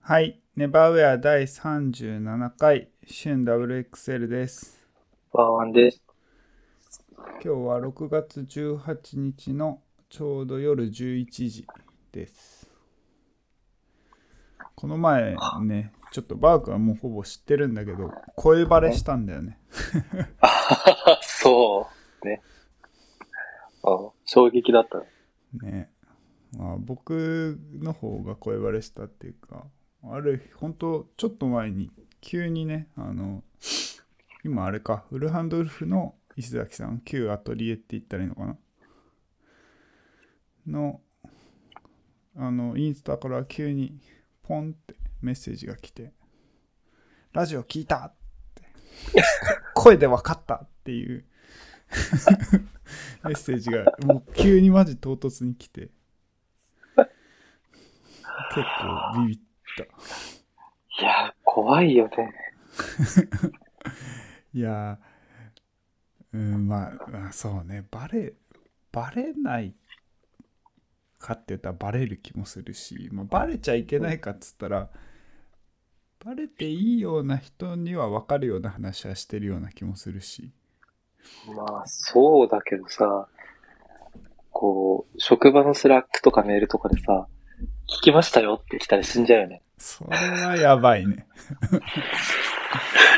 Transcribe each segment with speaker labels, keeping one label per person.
Speaker 1: はい。ネバーウェア第37回、旬 WXL です。
Speaker 2: バーワンです。
Speaker 1: 今日は6月18日のちょうど夜11時です。この前ね、ちょっとバークはもうほぼ知ってるんだけど、声バレしたんだよね。
Speaker 2: そう。ね。あ衝撃だった。
Speaker 1: ね。まあ、僕の方が声バレしたっていうか、あれ、本当ちょっと前に、急にね、あの、今あれか、ウルハンドルフの石崎さん、旧アトリエって言ったらいいのかなの、あの、インスタから急に、ポンってメッセージが来て、ラジオ聞いたって、 声で分かったっていうメッセージがもう急にマジ唐突に来て結構ビビった
Speaker 2: いや、怖いよね。
Speaker 1: いやーうんまあまあそうねバレバレないかって言ったらバレる気もするし、まあ、バレちゃいけないかっつったらバレていいような人には分かるような話はしてるような気もするし
Speaker 2: まあ、そうだけどさ、こう、職場のスラックとかメールとかでさ、聞きましたよって来たら死んじゃうよね。
Speaker 1: それはやばいね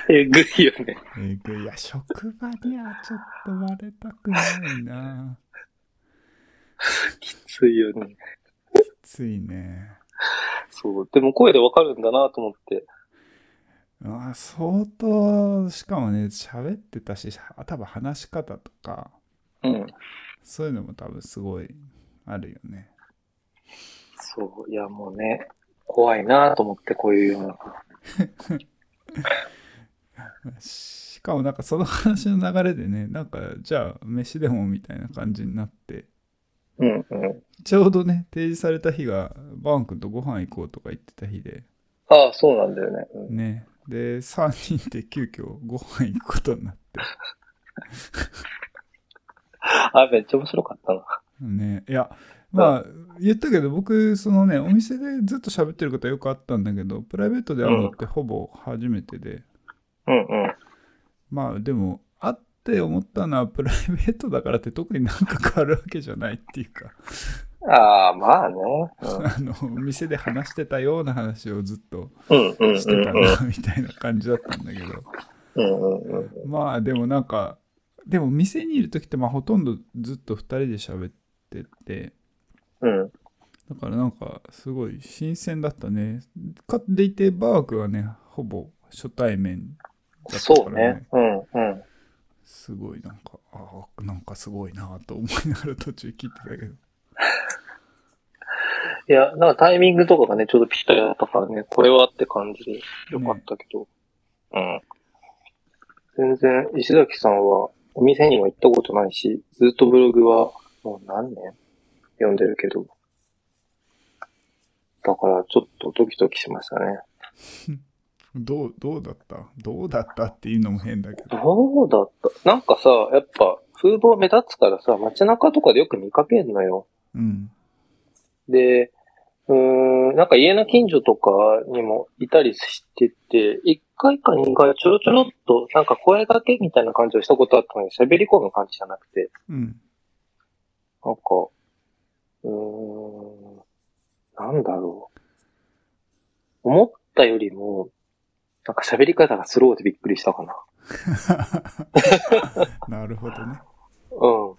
Speaker 2: えぐいよね。
Speaker 1: えぐいいや、職場にはちょっとバレたくないな。
Speaker 2: きついよね。
Speaker 1: きついね。
Speaker 2: そう。でも声でわかるんだなと思って。
Speaker 1: まあ、相当、しかもね、喋ってたし、多分話し方とか、
Speaker 2: うん。
Speaker 1: そういうのも多分すごいあるよね。
Speaker 2: そう。いや、もうね、怖いなと思って、こういうような。
Speaker 1: しかもなんかその話の流れでね、なんか、じゃあ飯でもみたいな感じになって、
Speaker 2: うんうん。
Speaker 1: ちょうどね、提示された日が、バーン君とご飯行こうとか言ってた日で、
Speaker 2: ああ、そうなんだよね。うん
Speaker 1: ね。で、3人で急遽ご飯行くことになって、
Speaker 2: あ、めっちゃ面白かったな。
Speaker 1: ねいやまあ言ったけど僕そのねお店でずっと喋ってることはよくあったんだけどプライベートで会うのってほぼ初めてで、
Speaker 2: うんうん。
Speaker 1: まあでも会って思ったのはプライベートだからって特になんか変わるわけじゃないっていう か
Speaker 2: ああ、まあね。
Speaker 1: あのお店で話してたような話をずっと
Speaker 2: うんうんうん
Speaker 1: してたなみたいな感じだったんだけど
Speaker 2: うんうんうん
Speaker 1: まあでもなんかでも店にいる時ってまあほとんどずっと2人で喋ってて、
Speaker 2: うん。
Speaker 1: だからなんかすごい新鮮だったね。かでいてバークはねほぼ初対面だった
Speaker 2: そ
Speaker 1: か
Speaker 2: う
Speaker 1: ら
Speaker 2: ね。うんうん。
Speaker 1: すごいなんかああなんかすごいなと思いながら途中聞いてたけど。
Speaker 2: いや、なんかタイミングとかがね、ちょうどぴったりだったからね、これはって感じでよかったけど。うん。全然、石崎さんはお店には行ったことないし、ずっとブログはもう何年読んでるけど。だからちょっとドキドキしましたね。
Speaker 1: どうどうだったどうだったっていうのも変だけど。
Speaker 2: どうだったなんかさ、やっぱ風貌目立つからさ、街中とかでよく見かけるのよ。
Speaker 1: うん。
Speaker 2: で、うーん、なんか家の近所とかにもいたりしてて、一回か二回ちょろちょろっと、なんか声掛けみたいな感じをしたことあったのに、喋り込む感じじゃなくて、
Speaker 1: うん。
Speaker 2: なんか、うーん、なんだろう。思ったよりも、なんか喋り方がスローでびっくりしたかな。
Speaker 1: なるほどね。
Speaker 2: うん。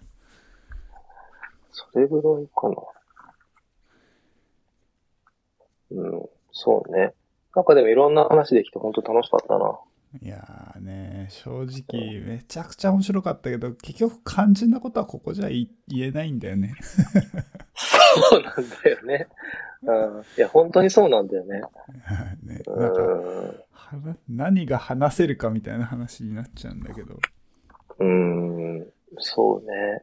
Speaker 2: それぐらいかな。うん、そうね。なんかでもいろんな話できて本当楽しかったな。
Speaker 1: いやーね正直めちゃくちゃ面白かったけど結局肝心なことはここじゃい言えないんだよね。
Speaker 2: そうなんだよね。うん。いや、本当にそうなんだよね。
Speaker 1: ね
Speaker 2: う
Speaker 1: なんか
Speaker 2: ん
Speaker 1: 話何が話せるかみたいな話になっちゃうんだけど。
Speaker 2: うん、そうね。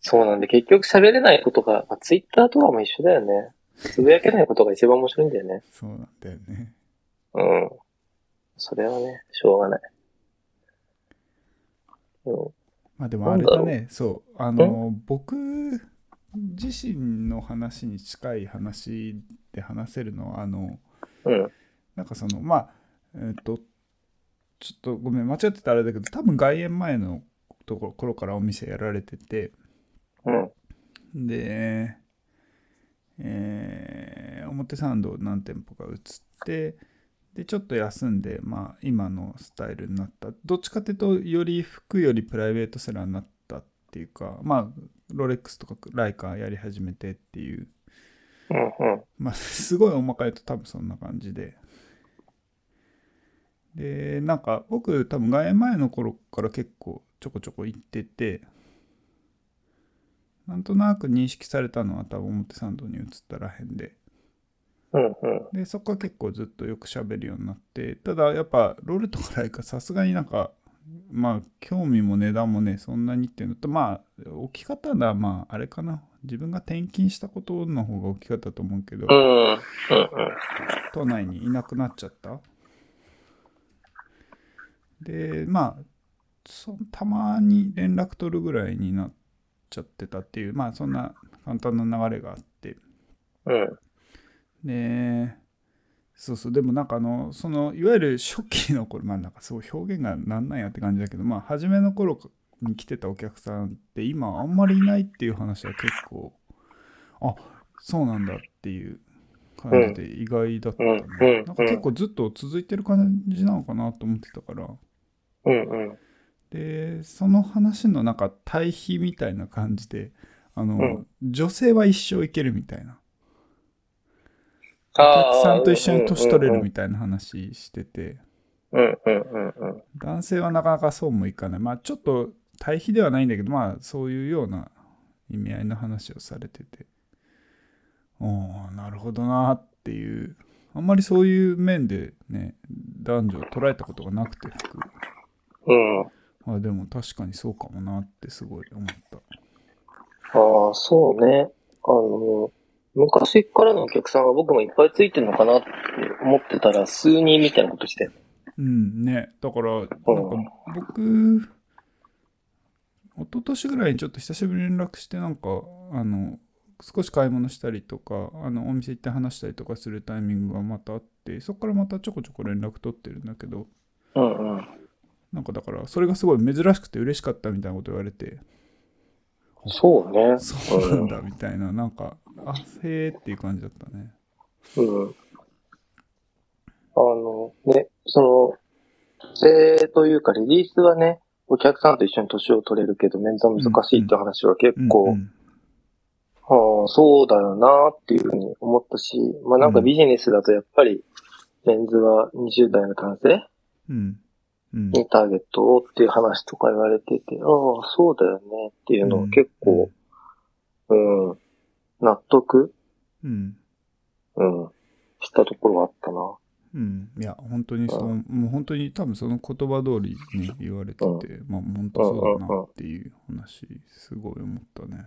Speaker 2: そうなんで、結局喋れないことが、まあ、ツイッターとかも一緒だよね。つぶやけないことが一番面白いんだよね。
Speaker 1: そうなんだよね。
Speaker 2: うん。それはね、しょうがない。うん。
Speaker 1: まあでもあれだね、そう、あの、僕自身の話に近い話で話せるのは、あの、
Speaker 2: うん。
Speaker 1: なんかそのまあえっ、とちょっとごめん間違ってたらあれだけど多分外苑前のところ頃からお店やられてて
Speaker 2: うん。
Speaker 1: でえー表参道何店舗か移ってでちょっと休んでまあ今のスタイルになったどっちかというとより服よりプライベートセラーになったっていうかまあロレックスとかライカやり始めてっていう
Speaker 2: うん。うん。
Speaker 1: まあ、すごいおまかいと多分そんな感じで。で、なんか僕多分外苑前の頃から結構ちょこちょこ行ってて、なんとなく認識されたのは多分表参道に移ったらへんで。
Speaker 2: うん。うん。
Speaker 1: で、そこは結構ずっとよく喋るようになって、ただやっぱロールとかライカさすがになんか、まあ興味も値段もね、そんなにっていうのと、まあ置き方だ、まああれかな。自分が転勤したことの方が大きかったと思うけど、
Speaker 2: うん。
Speaker 1: 都内にいなくなっちゃったでまあそたまに連絡取るぐらいになっちゃってたっていうまあそんな簡単な流れがあって
Speaker 2: うん。
Speaker 1: でそうそうでもなんかあのそのいわゆる初期の頃まあなんかすごい表現がなんなんやって感じだけどまあ初めの頃に来てたお客さんって今あんまりいないっていう話は結構あそうなんだっていう感じで意外だったね、
Speaker 2: うんうんうん
Speaker 1: なんか結構ずっと続いてる感じなのかなと思ってたから
Speaker 2: うん。うん。
Speaker 1: でその話のなんか対比みたいな感じであの、
Speaker 2: うん
Speaker 1: 女性は一生いけるみたいな
Speaker 2: あ
Speaker 1: お客
Speaker 2: あ
Speaker 1: さんと一緒に年取れるみたいな話してて
Speaker 2: うんうんうんうん。
Speaker 1: 男性はなかなかそうもいかないまあちょっと対比ではないんだけどまあそういうような意味合いの話をされてておーなるほどなっていうあんまりそういう面でね男女を捉えたことがなくて服
Speaker 2: うん。
Speaker 1: あでも確かにそうかもなってすごい思った
Speaker 2: ああ、そうね。あの、昔からのお客さんが僕もいっぱいついてるのかなって思ってたら、数人みたいなことしてる。
Speaker 1: うんねだからなんか僕一昨年ぐらいにちょっと久しぶりに連絡してなんかあの少し買い物したりとかあのお店行って話したりとかするタイミングがまたあってそこからまたちょこちょこ連絡取ってるんだけど
Speaker 2: うんうん。
Speaker 1: なんかだからそれがすごい珍しくて嬉しかったみたいなこと言われて
Speaker 2: そうね。
Speaker 1: そうなんだみたいななんかあへーっていう感じだったね
Speaker 2: うん。あの、ね、その、女性というか、リリースはね、お客さんと一緒に年を取れるけど、メンズは難しいって話は結
Speaker 1: うん
Speaker 2: 構、
Speaker 1: うん
Speaker 2: ああ、そうだよなっていうふうに思ったし、まあなんかビジネスだとやっぱり、メンズは20代の男性
Speaker 1: うんうん
Speaker 2: にターゲットをっていう話とか言われてて、ああ、そうだよねっていうのは結構、うん、納得、
Speaker 1: うん
Speaker 2: うん、したところがあったな。
Speaker 1: うん、いや本当にそう
Speaker 2: う
Speaker 1: もう本当に多分その言葉通りね言われてて、まあ本当そうだなっていう話すごい思ったね。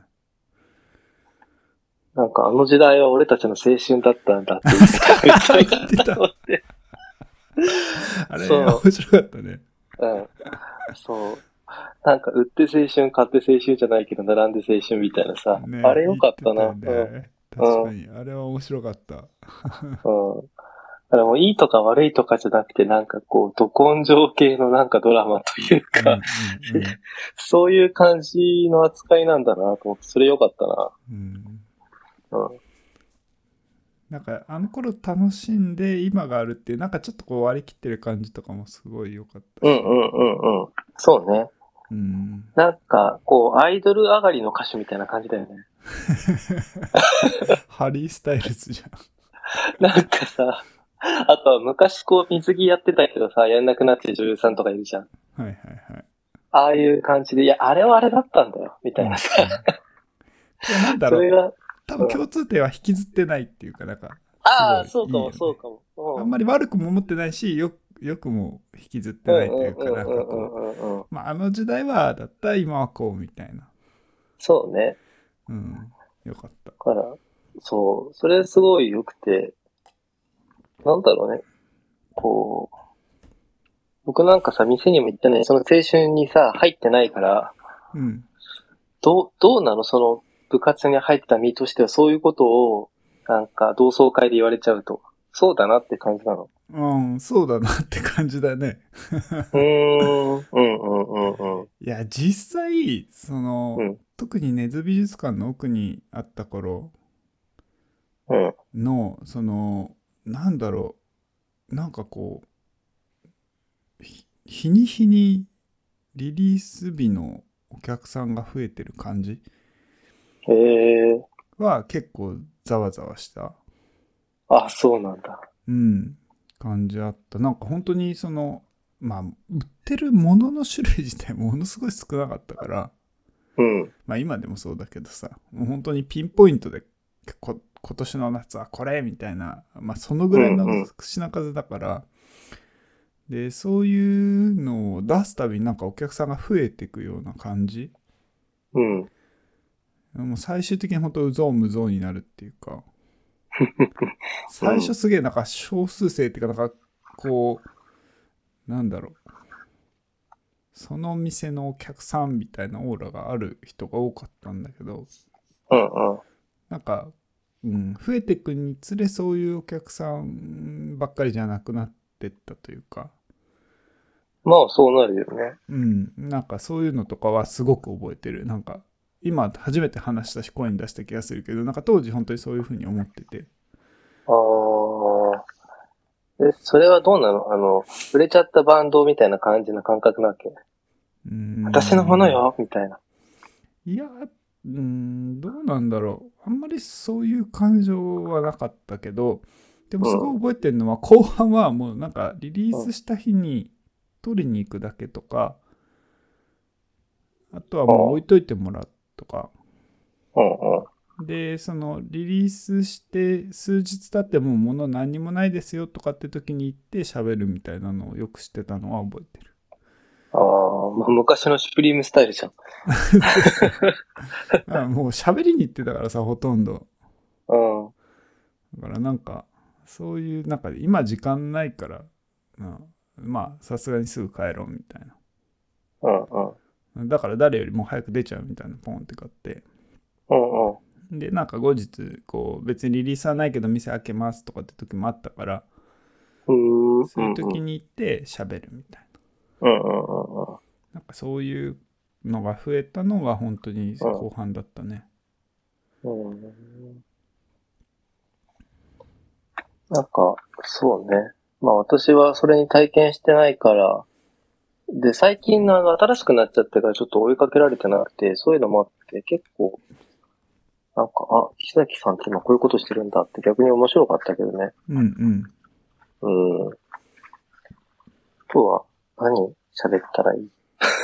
Speaker 2: なんかあの時代は俺たちの青春だったんだって言ってた。
Speaker 1: 言ってた あれ
Speaker 2: そう
Speaker 1: 面白かったね。
Speaker 2: うん。そう。なんか売って青春、買って青春じゃないけど、並んで青春みたいなさ。
Speaker 1: ね
Speaker 2: あれよかったな。
Speaker 1: 言てよね確かにあれは面白かった。
Speaker 2: うん。うんだからもういいとか悪いとかじゃなくて、なんかこう、ど根性系のなんかドラマという
Speaker 1: うん
Speaker 2: か、そういう感じの扱いなんだなと思って、それよかったな。
Speaker 1: うんうん
Speaker 2: うん。
Speaker 1: なんかあの頃楽しんで今があるっていうなんかちょっとこう割り切ってる感じとかもすごい良かった
Speaker 2: う
Speaker 1: し
Speaker 2: んうんうんうん。そうね。
Speaker 1: うん
Speaker 2: なんか、こう、アイドル上がりの歌手みたいな感じだよね。
Speaker 1: ハリー・スタイルズじゃん。
Speaker 2: なんかさ、あとは昔こう水着やってたけどさ、やんなくなって女優さんとかいるじゃん。
Speaker 1: はいはいはい。
Speaker 2: ああいう感じで、いや、あれはあれだったんだよ、みたいな
Speaker 1: い
Speaker 2: さ。
Speaker 1: やなんだ
Speaker 2: そ
Speaker 1: ろう
Speaker 2: れが、
Speaker 1: 多分共通点は引きずってないっていうかなんか
Speaker 2: ああ、
Speaker 1: すごいう
Speaker 2: そ
Speaker 1: いい
Speaker 2: か
Speaker 1: よ
Speaker 2: も、
Speaker 1: ね
Speaker 2: そうかも。うん
Speaker 1: あんまり悪くも思ってないしよよくも引きずってないというかなんか
Speaker 2: うん
Speaker 1: こ
Speaker 2: うんうんうんうん。
Speaker 1: う、まあ、あの時代はだったら今はこうみたいな、
Speaker 2: そうね。
Speaker 1: うん、よかった
Speaker 2: だから、そう、それすごい良くて、なんだろうね。こう、僕なんかさ、店にも行ってない、その青春にさ、入ってないから、
Speaker 1: うん
Speaker 2: どう、どうなのその部活に入った身としては、そういうことを、なんか同窓会で言われちゃうと。そうだなって感じなの。
Speaker 1: うん、そうだなって感じだね。
Speaker 2: うーん、うんうんうんうん。
Speaker 1: いや、実際、その、
Speaker 2: うん
Speaker 1: 特に根津美術館の奥にあった頃
Speaker 2: うん。
Speaker 1: の、その、なんだろう、なんかこう、ひ日に日にリリース日のお客さんが増えてる感じ
Speaker 2: へえー。
Speaker 1: は結構ざわざわした。
Speaker 2: あ、そうなんだ。
Speaker 1: うん、感じあった。なんか本当にその、まあ、売ってるものの種類自体ものすごい少なかったから、
Speaker 2: うん。
Speaker 1: まあ今でもそうだけどさ、もう本当にピンポイントで、こ今年の夏はこれみたいな、まあそのぐらいの
Speaker 2: うんうん
Speaker 1: 品数だから、で、そういうのを出すたびになんかお客さんが増えていくような感じ。
Speaker 2: うん。
Speaker 1: もう最終的に本当うぞうむぞうになるっていう か最初すげえなんか少数生っていうかなんかこうなんだろうその店のお客さんみたいなオーラがある人が多かったんだけど
Speaker 2: うんうん。
Speaker 1: なんか、うん、増えてくにつれそういうお客さんばっかりじゃなくなってったというか
Speaker 2: まあ、そうなるよね。
Speaker 1: うん、なんかそういうのとかはすごく覚えてる。なんか今初めて話したし声に出した気がするけど、なんか当時本当にそういう風に思ってて。
Speaker 2: ああ。え、それはどうなのあの、売れちゃったバンドみたいな感じの感覚なわけ。
Speaker 1: うん
Speaker 2: 私のもの。よ、みたいな。
Speaker 1: いや、うん、どうなんだろう。あんまりそういう感情はなかったけど、でもすごい覚えてるのは後半はもうなんかリリースした日に取りに行くだけとか、あとはもう置いといてもらうとか。
Speaker 2: うんうん。
Speaker 1: でそのリリースして数日経ってもう物何にもないですよとかって時に行って喋るみたいなのをよくしてたのは覚えてる
Speaker 2: ああ、まあ、昔のシュプリームスタイルじゃん。
Speaker 1: あもう喋りに行ってたからさほとんど
Speaker 2: うん。
Speaker 1: だからなんかそういうなんか今時間ないから、うん、まあさすがにすぐ帰ろうみたい
Speaker 2: うんうん。
Speaker 1: なだから誰よりも早く出ちゃうみたいなポンって買って
Speaker 2: うんうん。
Speaker 1: でなんか後日こう別にリリースはないけど店開けますとかって時もあったから
Speaker 2: うーん。
Speaker 1: そういう時に行って喋るみたいな。
Speaker 2: うんうんうんうん。
Speaker 1: なんかそういうのが増えたのが本当に後半だったね。
Speaker 2: うんなんか、そうね。まあ私はそれに体験してないから、で、最近のあの新しくなっちゃってからちょっと追いかけられてなくて、そういうのもあって、結構、なんか、あ、木崎さんって今こういうことしてるんだって逆に面白かったけどね。
Speaker 1: うんうん。
Speaker 2: うん。今日は何喋ったらい い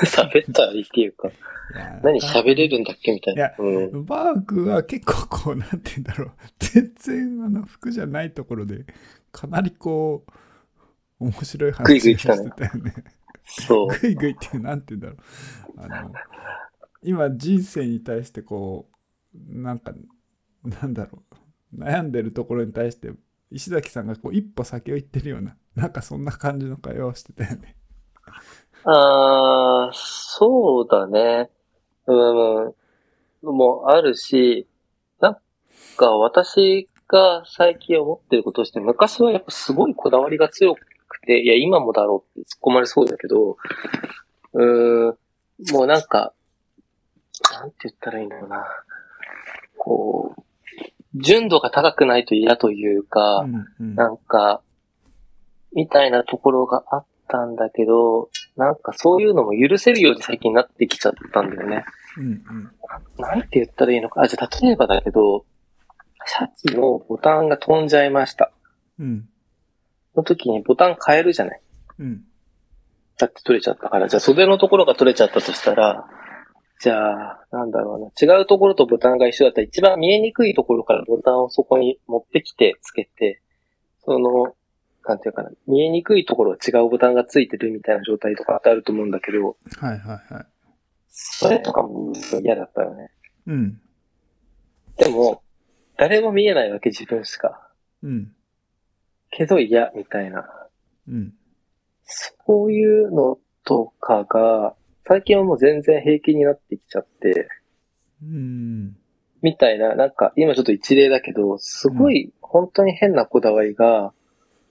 Speaker 2: 喋ったらいいっていうか、
Speaker 1: いや
Speaker 2: 何喋れるんだっけみたいな。
Speaker 1: いや
Speaker 2: うん。
Speaker 1: バークは結構こうなんて言うんだろう 全然あの服じゃないところでかなりこう面白い
Speaker 2: グイグ
Speaker 1: 話
Speaker 2: イ
Speaker 1: を
Speaker 2: 来
Speaker 1: した
Speaker 2: ね
Speaker 1: てたよね。
Speaker 2: そう。
Speaker 1: グイグイってなんて言うんだろうあの今人生に対してこうなんかなんだろう悩んでるところに対して石崎さんがこう一歩先を行ってるようななんかそんな感じの会話をしてたよね。
Speaker 2: あー、そうだね。うん。もあるし、なんか私が最近思ってることとして、昔はやっぱすごいこだわりが強くて、いや、今もだろうって突っ込まれそうだけど、うーん、もうなんか、なんて言ったらいいんだろうな。こう、純度が高くないと嫌というか、
Speaker 1: うんうん
Speaker 2: なんか、みたいなところがあったんだけど、なんかそういうのも許せるように最近なってきちゃったんだよね。
Speaker 1: うんうん
Speaker 2: なんて言ったらいいのか。あ、じゃあ例えばだけど、シャツのボタンが飛んじゃいました。
Speaker 1: うん
Speaker 2: その時にボタン変えるじゃない。
Speaker 1: うん
Speaker 2: だって取れちゃったから。じゃあ袖のところが取れちゃったとしたら、じゃあ、なんだろうな。違うところとボタンが一緒だったら一番見えにくいところからボタンをそこに持ってきてつけて、その、なんていうかな、見えにくいところは違うボタンがついてるみたいな状態とかってあると思うんだけど、
Speaker 1: はいはいはい
Speaker 2: それとかも嫌だったよね。
Speaker 1: うん
Speaker 2: でも、誰も見えないわけ自分しか。
Speaker 1: うん
Speaker 2: けど嫌、みたいな。
Speaker 1: うん
Speaker 2: そういうのとかが、最近はもう全然平気になってきちゃって、
Speaker 1: うん
Speaker 2: みたいな、なんか、今ちょっと一例だけど、すごい、本当に変なこだわりが、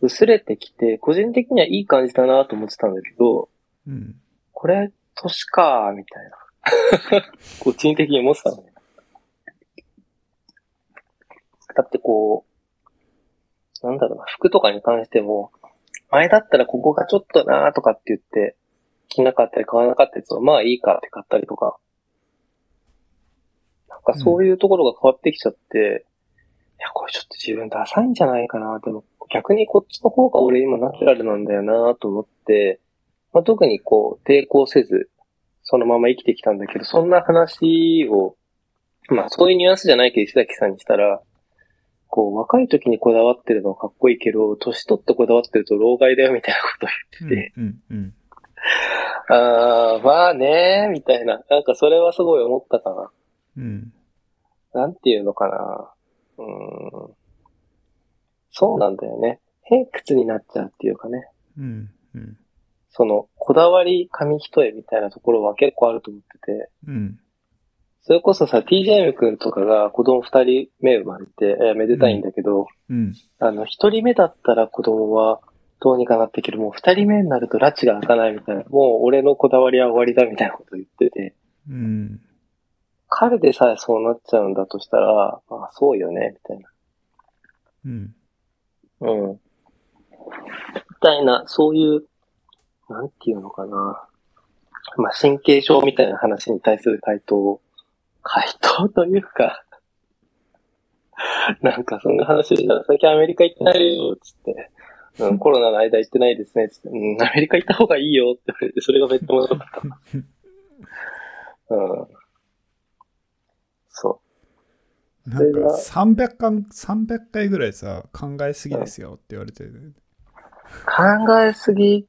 Speaker 2: 薄れてきて、個人的にはいい感じだなと思ってたんだけど、
Speaker 3: うん。
Speaker 2: これ、年か、みたいな。 個人的に思ってたのね。だってこう、なんだろうな、服とかに関しても、前だったらここがちょっとなとかって言って、着なかったり買わなかったやつを、まあいいかって買ったりとか、なんかそういうところが変わってきちゃって、いや、これちょっと自分ダサいんじゃないかなでも逆にこっちの方が俺今ナチュラルなんだよなと思って、まあ、特にこう抵抗せず、そのまま生きてきたんだけど、そんな話を、まあそういうニュアンスじゃないけど、石崎さんにしたら、こう、若い時にこだわってるのはかっこいいけど、年取ってこだわってると老害だよみたいなことを
Speaker 3: うん
Speaker 2: で
Speaker 3: うんうん。
Speaker 2: あー、まあねー、みたいな。なんかそれはすごい思ったかな。
Speaker 3: うん。
Speaker 2: なんていうのかな。うーん。そうなんだよね。偏屈になっちゃうっていうかね。
Speaker 3: うん。うん。
Speaker 2: その、こだわり紙一重みたいなところは結構あると思ってて。
Speaker 3: うん。
Speaker 2: それこそさ、TJM くんとかが子供二人目生まれて、えーめでたいんだけど、
Speaker 3: うん。
Speaker 2: あの、一人目だったら子供はどうにかなったけど、もう二人目になると拉致が開かないみたいな、もう俺のこだわりは終わりだみたいなこと言ってて、
Speaker 3: うん。
Speaker 2: 彼でさえそうなっちゃうんだとしたら、まあそうよね、みたいな。
Speaker 3: うん。
Speaker 2: うん。みたいな、そういう、なんていうのかな。まあ神経症みたいな話に対する回答を、回答というか、 なんかそんな話したら、最近アメリカ行ってないよ、つって。うん、コロナの間行ってないですね、つって。うん、アメリカ行った方がいいよ、って言われて、それがめっちゃ面白かった。うん。そう。
Speaker 3: なんか
Speaker 2: それが
Speaker 3: 300回、300回ぐらいさ、考えすぎですよって言われてる。
Speaker 2: 考えすぎ。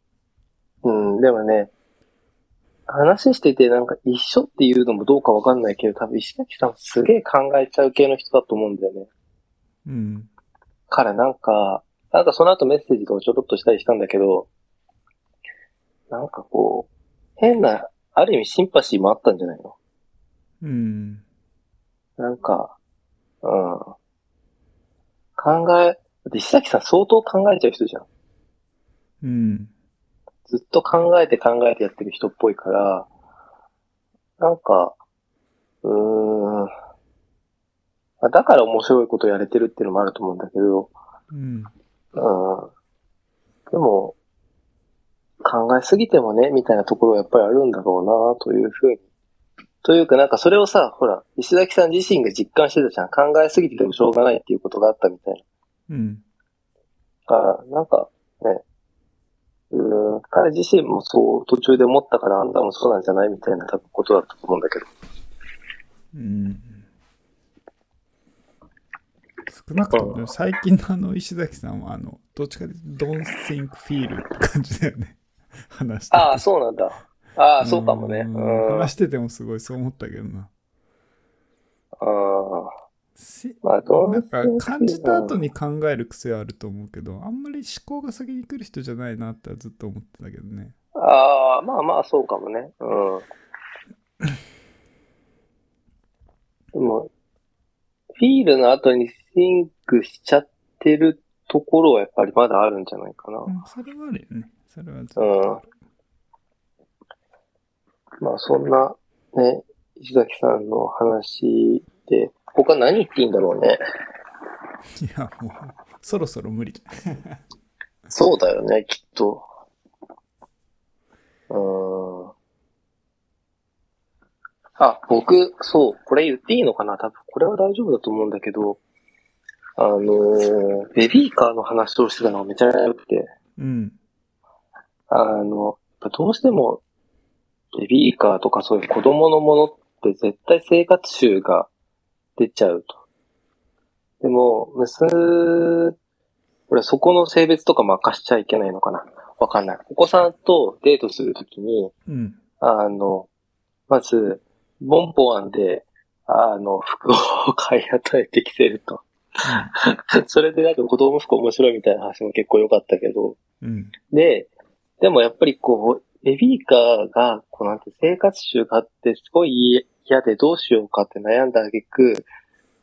Speaker 2: うん、でもね、話しててなんか一緒っていうのもどうかわかんないけど、多分石崎さんすげえ考えちゃう系の人だと思うんだよね。
Speaker 3: うん。
Speaker 2: からなんか、なんかその後メッセージとかちょろっとしたりしたんだけど、なんかこう、変な、ある意味シンパシーもあったんじゃないの
Speaker 3: うん。
Speaker 2: なんか、うん。考え、だって石崎さん相当考えちゃう人じゃん。
Speaker 3: うん。
Speaker 2: ずっと考えて考えてやってる人っぽいから、なんか、うーん。まあだから面白いことやれてるっていうのもあると思うんだけど、
Speaker 3: うん。
Speaker 2: うん。でも、考えすぎてもね、みたいなところはやっぱりあるんだろうな、というふうに。というか、なんかそれをさ、ほら、石崎さん自身が実感してたじゃん。考えすぎててもしょうがないっていうことがあったみたいな。
Speaker 3: うん。
Speaker 2: から、なんかね、うーん、彼自身もそう途中で思ったから、あんたもそうなんじゃないみたいな多分ことだったと思うんだけど。
Speaker 3: うん。少なくとも最近のあの石崎さんはあのどっちかで Don't think feel って感じだよね。話してて
Speaker 2: ああ、そうなんだ。ああ、そうかもね。
Speaker 3: ん
Speaker 2: うん。あ
Speaker 3: 話しててもすごいそう思ったけどな。
Speaker 2: あ。
Speaker 3: せ
Speaker 2: まあ、どう
Speaker 3: なんか感じた後に考える癖はあると思うけど、あんまり思考が先に来る人じゃないなってずっと思ってたけどね。
Speaker 2: ああ、まあまあ、そうかもね。うん。でも、フィールの後にシンクしちゃってるところはやっぱりまだあるんじゃないかな。
Speaker 3: うん、それはあるよね。それはずっ
Speaker 2: うん
Speaker 3: とある。
Speaker 2: まあそんな、ね、石崎さんの話で、他何言っていいんだろうね。
Speaker 3: いや、もう、そろそろ無理じゃん。
Speaker 2: そうだよね、きっと。うーん。あ、僕、そう、これ言っていいのかな多分、これは大丈夫だと思うんだけど、あのーベビーカーの話をしてたのがめちゃめちゃ良くて、
Speaker 3: うん。
Speaker 2: あの、やっぱどうしても、ベビーカーとかそういう子供のものって絶対生活臭が出ちゃうと。でも、娘、これそこの性別とかも明かしちゃいけないのかなわかんない。お子さんとデートするときに、
Speaker 3: うん。
Speaker 2: あの、まず、ボンポワンで、あの、服を買い与えてきてると。 それでなんか子供服面白いみたいな話も結構良かったけど、
Speaker 3: うん。
Speaker 2: で、でもやっぱりこう、ベビーカーが、こうなんて生活習があって、すごい嫌でどうしようかって悩んだ挙句、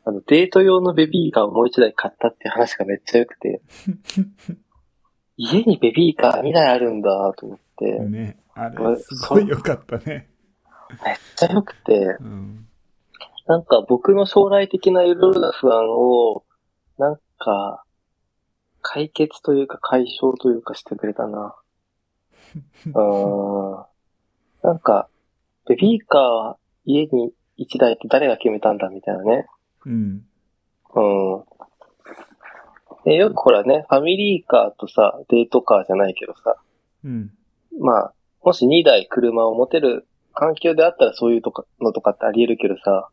Speaker 2: あの、デート用のベビーカーをもう一台買ったっていう話がめっちゃ良くて、家にベビーカー2台あるんだと思って、めっ
Speaker 1: ねあ
Speaker 2: こ
Speaker 1: れ
Speaker 2: れ
Speaker 1: すごい良かったね
Speaker 2: ちゃ良くて、
Speaker 1: うん
Speaker 2: なんか僕の将来的ないろいろな不安を、なんか、解決というか解消というかしてくれたな。うーん。なんか、ベビーカーは家に1台って誰が決めたんだみたいなね。
Speaker 1: うん
Speaker 2: うん。え、よくほらね、ファミリーカーとさ、デートカーじゃないけどさ、
Speaker 1: うん
Speaker 2: まあ、もし2台車を持てる環境であったらそういうとかのとかってあり得るけどさ、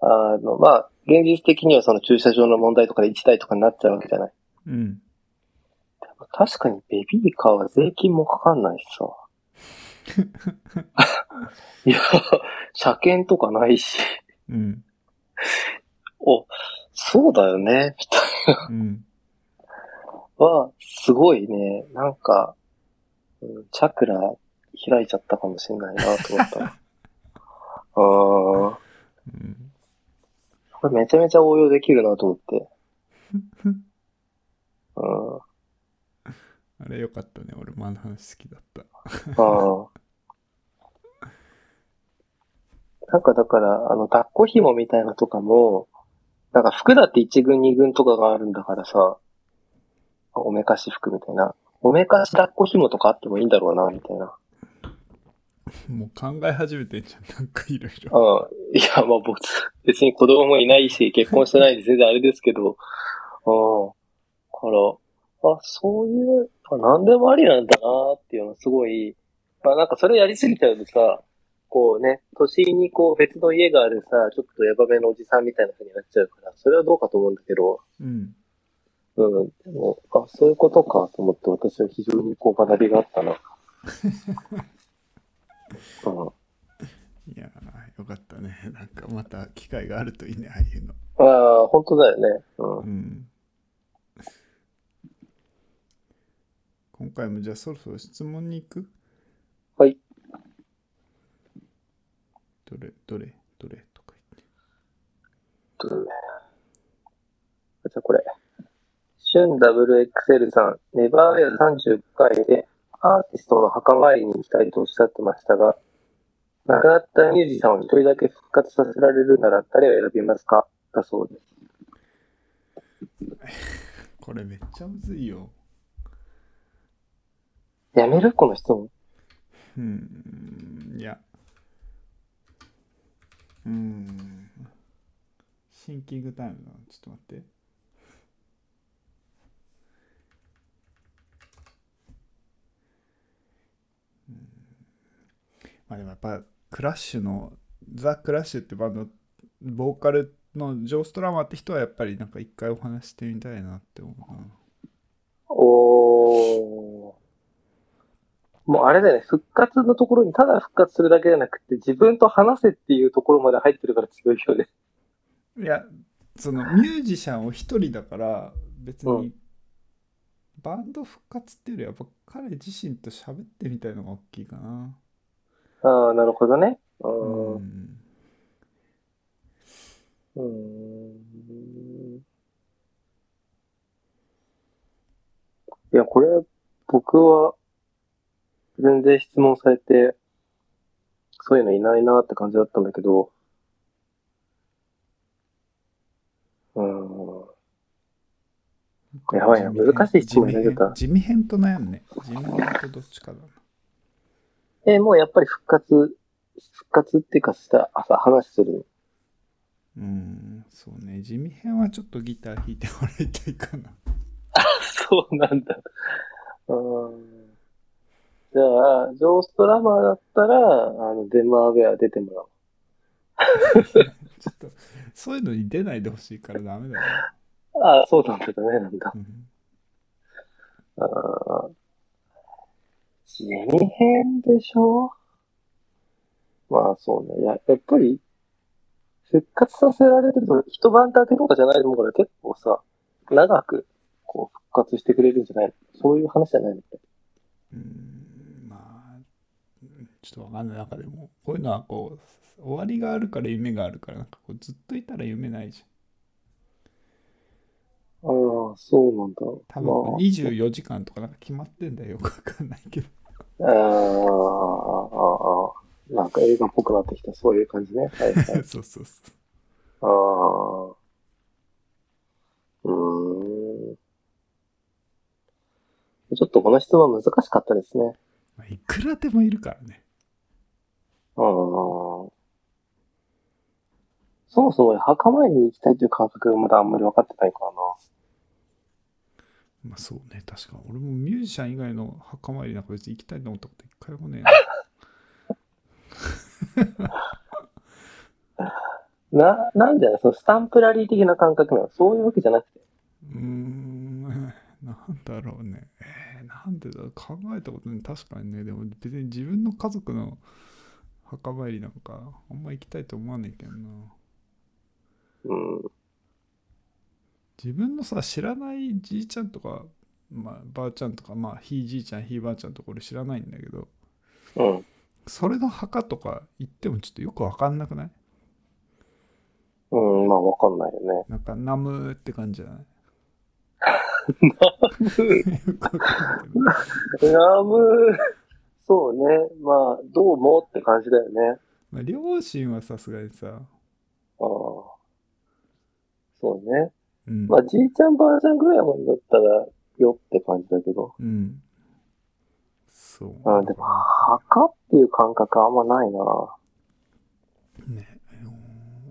Speaker 2: あの、まあ、現実的にはその駐車場の問題とかで1台とかになっちゃうわけじゃない。
Speaker 1: うん
Speaker 2: 確かにベビーカーは税金もかかんないしさ。いや、車検とかないし。
Speaker 1: うん
Speaker 2: お、そうだよね、みたいな。
Speaker 1: うん
Speaker 2: は、すごいね、なんか、うんチャクラ開いちゃったかもしれないなと思った。ああ、
Speaker 1: うん
Speaker 2: これめちゃめちゃ応用できるなと思って。うん、
Speaker 1: あれ良かったね俺もあの話好きだった
Speaker 2: あーなんかだから、あの、抱っこ紐みたいなとかも、なんか服だって1軍2軍とかがあるんだからさ、おめかし服みたいな。おめかし抱っこ紐とかあってもいいんだろうな、みたいな。
Speaker 1: もう考え始めてんじゃんなんかいろいろ
Speaker 2: うん。いや、まあ僕、別に子供もいないし、結婚してないんで全然あれですけど、うん。から、あ、そういう、あ何でもありなんだなっていうのすごい、まあなんかそれやりすぎちゃうとさ、こうね、都心にこう別の家があるさ、ちょっとヤバめのおじさんみたいな風になっちゃうから、それはどうかと思うんだけど、
Speaker 1: うん
Speaker 2: うん、でも、あ、そういうことかと思って私は非常にこう学びがあったな。うん。
Speaker 1: いやーよかったね なんかまた機会があるといいねああいうの
Speaker 2: ああ、本当だよね。うん
Speaker 1: う。ん今回もじゃあそろそろ質問に行く
Speaker 2: はい。
Speaker 1: どれどれどれとか言って
Speaker 2: えっとねじゃあこれ。シュン WXL さん、ネバーウェア35回でアーティストの墓参りに行きたいとおっしゃってましたが、亡くなったミュージシャンを一人だけ復活させられるなら誰を選びますかだそうです。
Speaker 1: これめっちゃむずいよ
Speaker 2: やめるこの質問。
Speaker 1: うんいやうんシンキングタイムだなちょっと待ってうんまあでもやっぱクラッシュのザ・クラッシュってバンドボーカルのジョー・ストラマーって人はやっぱりなんか一回お話してみたいなって思うな
Speaker 2: おー。もうあれだよね、復活のところにただ復活するだけじゃなくて、自分と話せっていうところまで入ってるから強いよね。
Speaker 1: いやそのミュージシャンを一人だから別
Speaker 2: う
Speaker 1: にバンド復活っていうよりはやっぱ彼自身と喋ってみたいのが大きいかな
Speaker 2: ああ、なるほどね。う。
Speaker 1: うんん
Speaker 2: うーんいや、これ、僕は、全然質問されて、そういうのいないなって感じだったんだけど、うーん。やばいな難しい質問
Speaker 1: 地
Speaker 2: 投
Speaker 1: 味
Speaker 2: げ
Speaker 1: 編
Speaker 2: た
Speaker 1: 地味編と悩むね地味編とどっちかだな
Speaker 2: え、もうやっぱり復活、復活っていうかした、朝話する。
Speaker 1: うんそうね地味編はちょっとギター弾いてもらいたいかな
Speaker 2: そうなんだ。うーん。じゃあ、ジョーストラマーだったら、あの、デマーウェア出てもらおう。
Speaker 1: ちょっとそういうのに出ないでほしいからダメだよ、
Speaker 2: ああ、そうなんだ、ダメなんだ。
Speaker 1: うん
Speaker 2: ああ。地味編でしょまあ、そうね。や、やっぱり、復活させられてると、一晩だけとかじゃないと思うから、結構さ、長く、こう、復活してくれるんじゃないのそういう話じゃないのって。
Speaker 1: うんまあうんちょっとわかんない中でもこういうのはこう終わりがあるから夢があるからなんかこうずっといたら夢ないじ
Speaker 2: うん。あ、そうなんだ。
Speaker 1: 多分24時間とかなんか決まってんだよ。よくわかんないけど。
Speaker 2: まあ、あーあー、なんか映画っぽくなってきた、そういう感じね。はいはい。
Speaker 1: そうそうそ
Speaker 2: ああ。うーん。ちょっとこの質問難しかったですね。
Speaker 1: う。まあいくらでもいるからね。
Speaker 2: ああ。そもそも墓参りに行きたいという感覚がまだあんまり分かってないからな。
Speaker 1: まあそうね、確か。俺もミュージシャン以外の墓参りなんか別に行きたいと思ったこと一回もねえな。
Speaker 2: な、なんじゃないそのスタンプラリー的な感覚なのそういうわけじゃなくて。
Speaker 1: うーん、 なんだろうね。えーなんでだろう考えたことない。確かにね、でも別に自分の家族の墓参りなんか、あんま行きたいと思わねえけどな。
Speaker 2: うん。
Speaker 1: 自分のさ、知らないじいちゃんとか、まあ、ばあちゃんとか、まあ、ひいじいちゃん、ひいばあちゃんとか俺知らないんだけど、
Speaker 2: うん。
Speaker 1: それの墓とか行ってもちょっとよくわかんなくない
Speaker 2: うん、まあ分かんないよね。
Speaker 1: なんか、ナムーって感じじゃない よくわかんないけど
Speaker 2: ラム、そうね。まあ、どうもって感じだよね。
Speaker 1: まあ両親はさすがにさ、
Speaker 2: ああ。そうね。
Speaker 1: うん。
Speaker 2: まあ、じいちゃんばあちゃんぐらいまでだったら、よって感じだけど。
Speaker 1: うん。そう。
Speaker 2: あーでも、墓っていう感覚あんまないな。
Speaker 1: ね。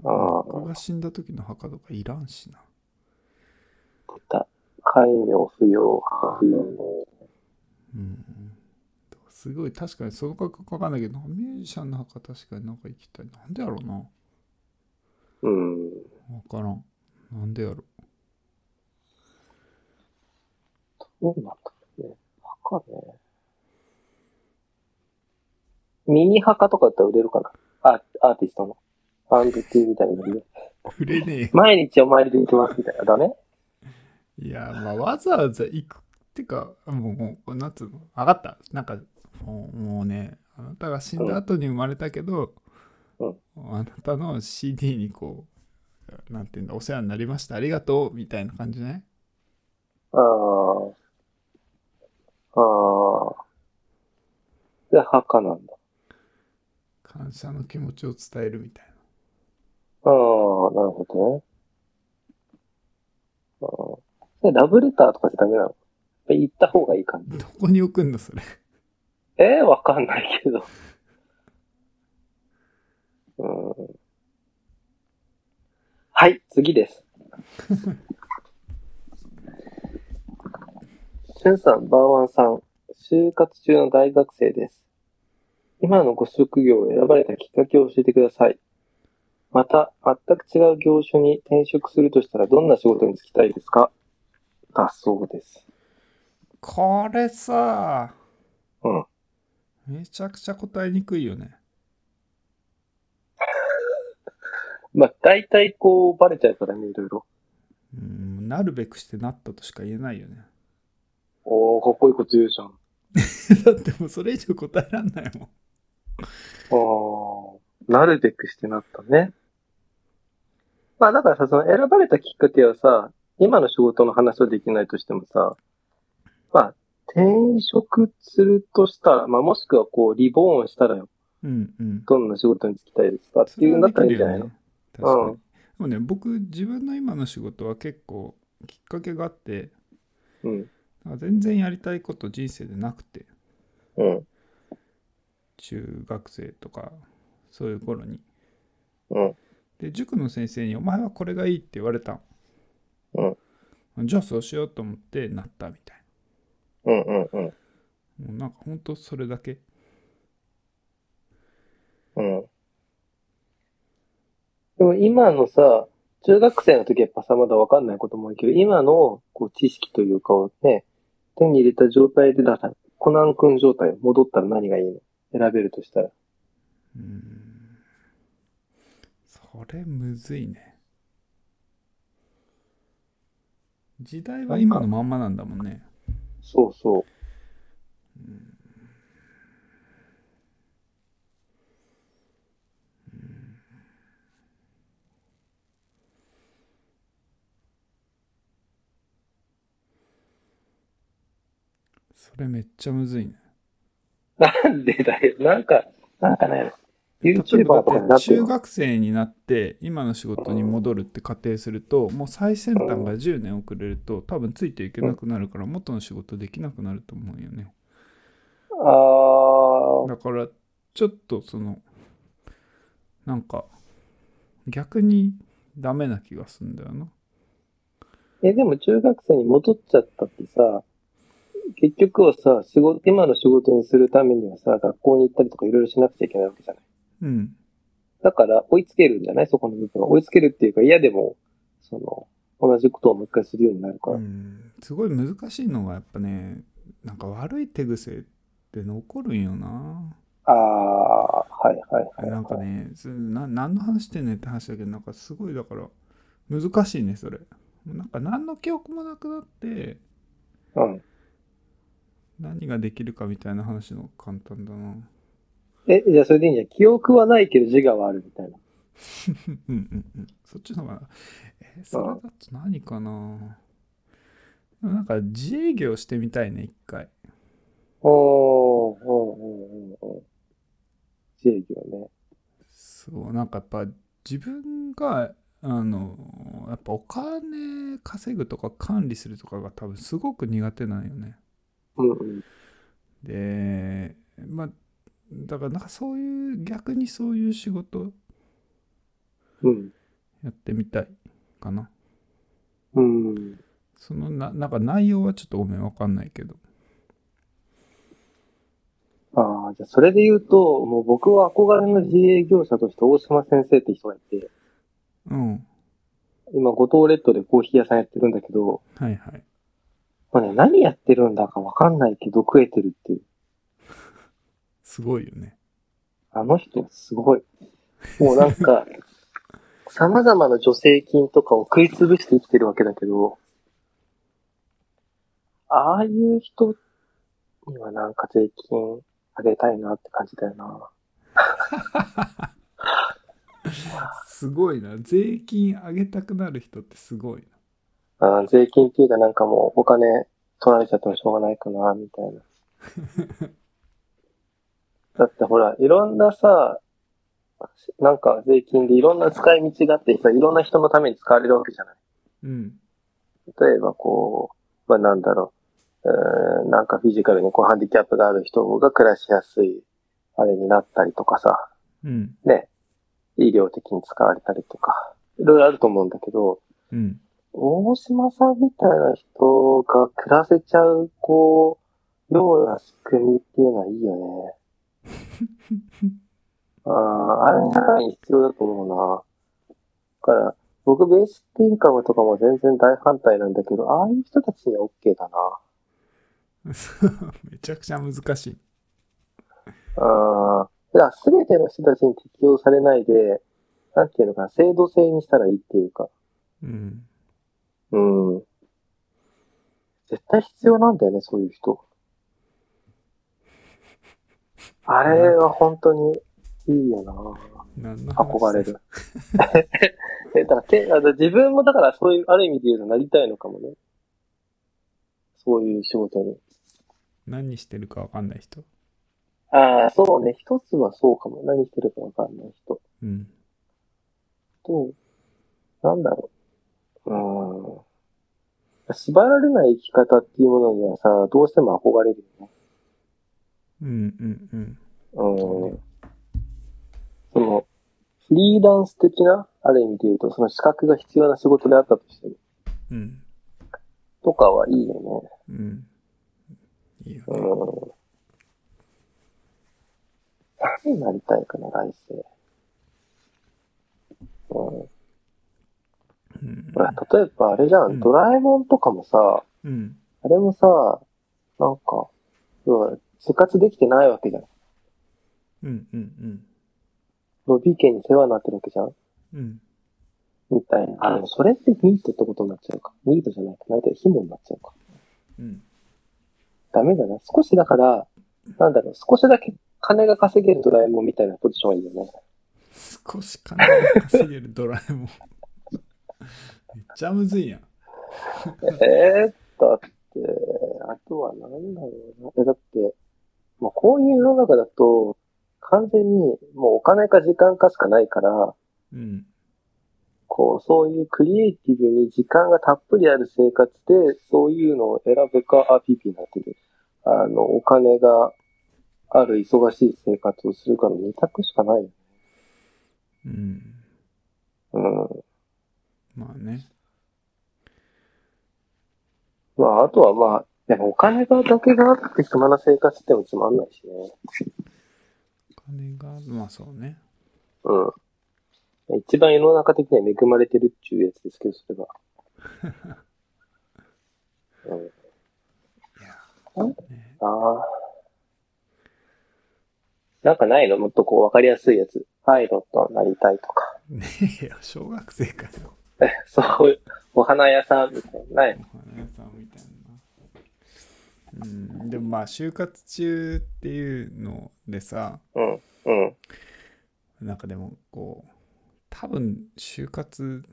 Speaker 2: ああ
Speaker 1: 僕が死んだ時の墓とかいらんしな。
Speaker 2: 海名不要、不要。
Speaker 1: うん。すごい、確かにその感覚わかんないけど、ミュージシャンの墓確かになんか行きたい。なんでやろうな。
Speaker 2: うん。
Speaker 1: わからん。なんでやろ
Speaker 2: どうなんだろうね。墓ね。ミニ墓とかだったら売れるかなあアーティストの。アンディティみたいなので。
Speaker 1: う。触れ ね
Speaker 2: 毎日お参りで行きますみたいな。だね。
Speaker 1: え。いや、まあ、わざわざ行く。ってか、もう、もう、なんつうの。わかった。なんか、もうもうね、あなたが死んだ後に生まれたけど、
Speaker 2: うん
Speaker 1: あなたの CD にこう、なんていうんだ、お世話になりました。ありがとう。みたいな感じね。
Speaker 2: ああ。ああ。で、墓なんだ。
Speaker 1: 感謝の気持ちを伝えるみたいな。
Speaker 2: ああ、なるほどね。ああでラブレターとかじゃダメなの言った方がいい感じ。
Speaker 1: どこに置くんだそれ。
Speaker 2: ええわかんないけど。うん、はい、次 です。しゅんさん、バーワンさん、就活中の大学生です。今のご職業を選ばれたきっかけを教えてください。また、全く違う業種に転職するとしたらどんな仕事に就きたいですかだそうです。
Speaker 1: これさ、
Speaker 2: うん。
Speaker 1: めちゃくちゃ答えにくいよね。
Speaker 2: まあ、大体こう、バレちゃうからね、いろいろ。
Speaker 1: うん、なるべくしてなったとしか言えないよね。
Speaker 2: おー、かっこいいこと言うじゃん。あ
Speaker 1: だってもうそれ以上答えらんないもん。
Speaker 2: あ、なるべくしてなったね。まあだからさ、その選ばれたきっかけはさ、今の仕事の話はできないとしてもさ、まあ、転職するとしたら、まあもしくはこう、リボーンしたらよ、
Speaker 1: うんうん。
Speaker 2: どんな仕事に就きたいですかっていうんだったらいいんじゃないの、
Speaker 1: それはで
Speaker 2: う
Speaker 1: きるよ
Speaker 2: ん
Speaker 1: ね確かに。でもね、僕、自分の今の仕事は結構きっかけがあって、
Speaker 2: うん。
Speaker 1: なんか全然やりたいこと人生でなくて、
Speaker 2: うん。
Speaker 1: 中学生とか、そういう頃に。
Speaker 2: うん。
Speaker 1: で塾の先生に「お前はこれがいい」って言われた
Speaker 2: うん
Speaker 1: んじゃあそうしようと思ってなったみたい
Speaker 2: うん。うん。うん。
Speaker 1: なもうなんかほんとそれだけ
Speaker 2: うん。でも今のさ、中学生の時やっぱさ、まだわかんないことも多いけど、今のこう知識というかをね、手に入れた状態で、だから、コナン君状態、戻ったら何がいいの選べるとしたら。
Speaker 1: うーんそれむずいね時代は今のまんまなんだもんね
Speaker 2: そうそう。
Speaker 1: それめっちゃむずいね。
Speaker 2: なんでだよ。なんか、なんかね、
Speaker 1: 例えば
Speaker 2: YouTuber とかになって
Speaker 1: 中
Speaker 2: る。
Speaker 1: 学生になって今の仕事に戻るって仮定するともう最先端が10年遅れると多分ついていけなくなるから元の仕事できなくなると思うよね
Speaker 2: あ
Speaker 1: だからちょっとそのなんか逆にダメな気がするんだよな
Speaker 2: ーえ、でも中学生に戻っちゃったってさ、結局はさ、仕事、今の仕事にするためにはさ、学校に行ったりとかいろいろしなくちゃいけないわけじゃない。
Speaker 1: うん
Speaker 2: だから追いつけるんじゃないそこの部分は。追いつけるっていうか、嫌でも、その、同じことをもう一回するようになるから。
Speaker 1: うんすごい難しいのがやっぱねなんか悪い手癖って残るんよな
Speaker 2: ああ、はいはいはい、はい。
Speaker 1: なんかね、すな何の話してんねんって話だけど、なんかすごいだから、難しいね、それ。なんか何の記憶もなくなって、
Speaker 2: うん。
Speaker 1: 何ができるかみたいな話の方が簡単だな。
Speaker 2: え、じゃあそれでいいんじゃん。記憶はないけど自我はあるみたいな。
Speaker 1: うんうんうん。そっちの方が、え、それだと何かなでもなんか自営業してみたいね、一回。
Speaker 2: おー、うんうんうんうん。自営業ね。
Speaker 1: そう、なんかやっぱ自分が、あの、やっぱお金稼ぐとか管理するとかが多分すごく苦手なんよね。
Speaker 2: うんうん。
Speaker 1: でまあだからなんかそういう逆にそういう仕事
Speaker 2: うん。
Speaker 1: やってみたいかな
Speaker 2: うん。
Speaker 1: そのななんか内容はちょっとごめんわかんないけど
Speaker 2: ああ、じゃあそれで言うと、もう僕は憧れの自営業者として大島先生って人がいて、
Speaker 1: うん
Speaker 2: 今、五島列島でコーヒー屋さんやってるんだけど、
Speaker 1: はいはい
Speaker 2: まあね、何やってるんだかわかんないけど食えてるっていう。
Speaker 1: すごいよね
Speaker 2: あの人すごい。もうなんか、 様々な助成金とかを食いつぶして生きてるわけだけど、ああいう人にはなんか税金あげたいなって感じだよな。
Speaker 1: すごいな税金上げたくなる人ってすごいな
Speaker 2: あー税金っていうかなんかもうお金取られちゃってもしょうがないかな、みたいな。だってほら、いろんなさ、なんか税金でいろんな使い道があってさ、いろんな人のために使われるわけじゃない。
Speaker 1: うん
Speaker 2: 例えばこう、まあ、なんだろう、うーん、なんかフィジカルにこうハンディキャップがある人が暮らしやすい、あれになったりとかさ、
Speaker 1: うん
Speaker 2: ね、医療的に使われたりとか、いろいろあると思うんだけど、
Speaker 1: うん
Speaker 2: 大島さんみたいな人が暮らせちゃう、こう、ような仕組みっていうのはいいよね。ああ、あれ社会に必要だと思うな。だから、僕ベーシックインカムとかも全然大反対なんだけど、ああいう人たちには OK だな。
Speaker 1: そう めちゃくちゃ難しい
Speaker 2: ああ、だから全ての人たちに適用されないで、なんていうのかな、制度制にしたらいいっていうか、
Speaker 1: うん
Speaker 2: うん。絶対必要なんだよね、そういう人。あれは本当にいいよな
Speaker 1: 何の話
Speaker 2: 憧れる。 え、だからて、あだから自分もだからそういう、ある意味で言うとなりたいのかもね。そういう仕事に。
Speaker 1: 何してるかわかんない人
Speaker 2: ああ、そうね。一つはそうかも。何してるかわかんない人。
Speaker 1: うん
Speaker 2: と、なんだろう。うーん。縛られない生き方っていうものにはさ、どうしても憧れるよね。
Speaker 1: うんうんうん
Speaker 2: うん。その、フリーランス的な、ある意味で言うと、その資格が必要な仕事であったとしても、
Speaker 1: うん
Speaker 2: とかはいいよね。
Speaker 1: うんいいよ
Speaker 2: う
Speaker 1: ね
Speaker 2: ん。何になりたいかな、来世。うん。
Speaker 1: うん
Speaker 2: ほら、例えばあれじゃ
Speaker 1: うん
Speaker 2: ん、ドラえもんとかもさ、
Speaker 1: うん
Speaker 2: あれもさ、なんか、要は生活できてないわけじゃん。
Speaker 1: うんうん
Speaker 2: のび家に世話になってるわけじゃん
Speaker 1: うんうん
Speaker 2: みたいな。あの、それってニートってことになっちゃうか。ニートじゃないか。なんて、紐になっちゃうか。
Speaker 1: うん
Speaker 2: ダメだな。少しだから、なんだろう、少しだけ金が稼げるドラえもんみたいなポジションはいいよね。
Speaker 1: 少し金が稼げるドラえもん めっちゃむずいやん
Speaker 2: えー、だって、あとはなんだろうな。えだって、まあ、こういう世の中だと、完全にもうお金か時間かしかないから、
Speaker 1: うん。
Speaker 2: こう、そういうクリエイティブに時間がたっぷりある生活で、そういうのを選ぶか、あ、ピーピーになってる。あの、お金がある忙しい生活をするかの二択しかない。
Speaker 1: うん。
Speaker 2: うん。
Speaker 1: まあね。
Speaker 2: まあ、あとはまあ、でもお金がだけがあって暇な生活ってもつまんないしね。
Speaker 1: お金が、まあそうね。
Speaker 2: うん。一番世の中的には恵まれてるっていうやつですけど、それが。うん、
Speaker 1: ね
Speaker 2: ああ。なんかないのもっとこう、わかりやすいやつ。パイロットになりたいとか。
Speaker 1: ねえよ、小学生かよ。
Speaker 2: そういう、お花屋さんみたいな。ない。
Speaker 1: お花屋さんみたいな。うん、でもまあ就活中っていうのでさ
Speaker 2: うん、うん、
Speaker 1: なんかでもこう多分就活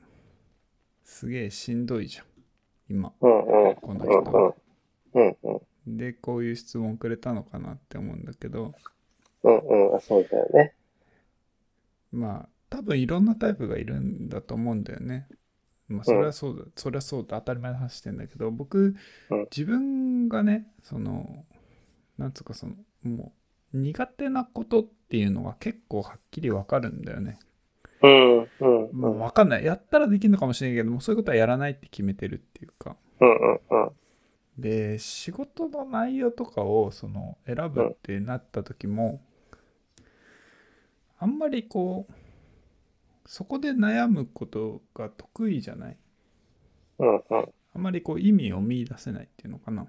Speaker 1: すげえしんどいじゃん今
Speaker 2: うん、うん、
Speaker 1: この
Speaker 2: うん、うん、
Speaker 1: 人
Speaker 2: うん、うん
Speaker 1: でこういう質問くれたのかなって思うんだけど
Speaker 2: うん、うん、そうだよね。
Speaker 1: まあ多分いろんなタイプがいるんだと思うんだよね。まあそれはそうだ、それはそうだ当たり前の話してんだけど僕、
Speaker 2: うん
Speaker 1: 自分がねそのなんつうかそのもう苦手なことっていうのが結構はっきりわかるんだよね。
Speaker 2: うん、うん、うん、う
Speaker 1: まあ、
Speaker 2: ん、
Speaker 1: わかんないやったらできるのかもしれないけどもうそういうことはやらないって決めてるっていうか。
Speaker 2: うん、うん、
Speaker 1: で仕事の内容とかをその選ぶってなった時も、あんまりこうそこで悩むことが得意じゃない
Speaker 2: うん、うん。
Speaker 1: あんまりこう意味を見出せないっていうのかなっ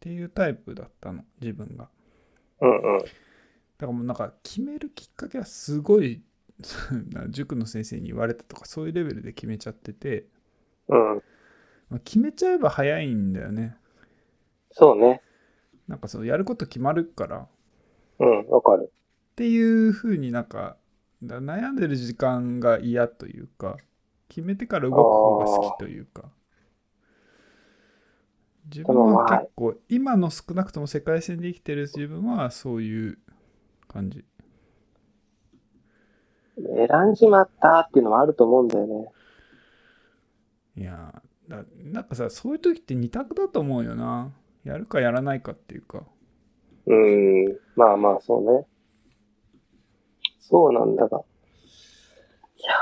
Speaker 1: ていうタイプだったの自分が
Speaker 2: うんうん。
Speaker 1: だからもうなんか決めるきっかけはすごい な塾の先生に言われたとかそういうレベルで決めちゃってて、
Speaker 2: うん。
Speaker 1: まあ決めちゃえば早いんだよね
Speaker 2: そうね。
Speaker 1: なんかそのやること決まるから
Speaker 2: うん。わかる。
Speaker 1: っていう風になんかだ悩んでる時間が嫌というか決めてから動く方が好きというか自分は結構今の少なくとも世界線で生きてる自分はそういう感じ
Speaker 2: 選んじまったっていうのはあると思うんだよね。
Speaker 1: いやーだなんかさそういう時って二択だと思うよなやるかやらないかっていうか
Speaker 2: うん。まあまあ、そうね。そうなんだが。いや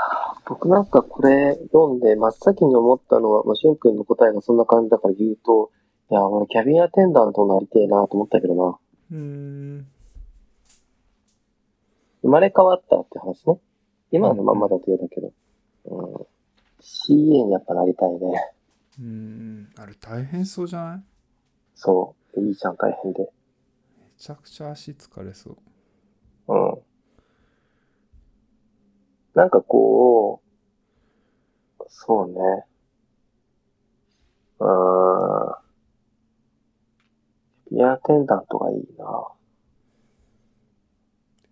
Speaker 2: ー、僕なんかこれ読んで真っ先に思ったのは、まあ、しゅんくんの答えがそんな感じだから言うと、いやー、俺キャビンアテンダントになりてえなと思ったけどな。
Speaker 1: うーん
Speaker 2: 生まれ変わったって話ね。今のまんまだと嫌だけど。うん。CA にやっぱなりたいね。
Speaker 1: うーんあれ大変そうじゃない
Speaker 2: そう。いいじゃん、大変で。
Speaker 1: めちゃくちゃ足疲れそう
Speaker 2: うん。なんかこう、そうね。うーん。ビアテンダントがいいな。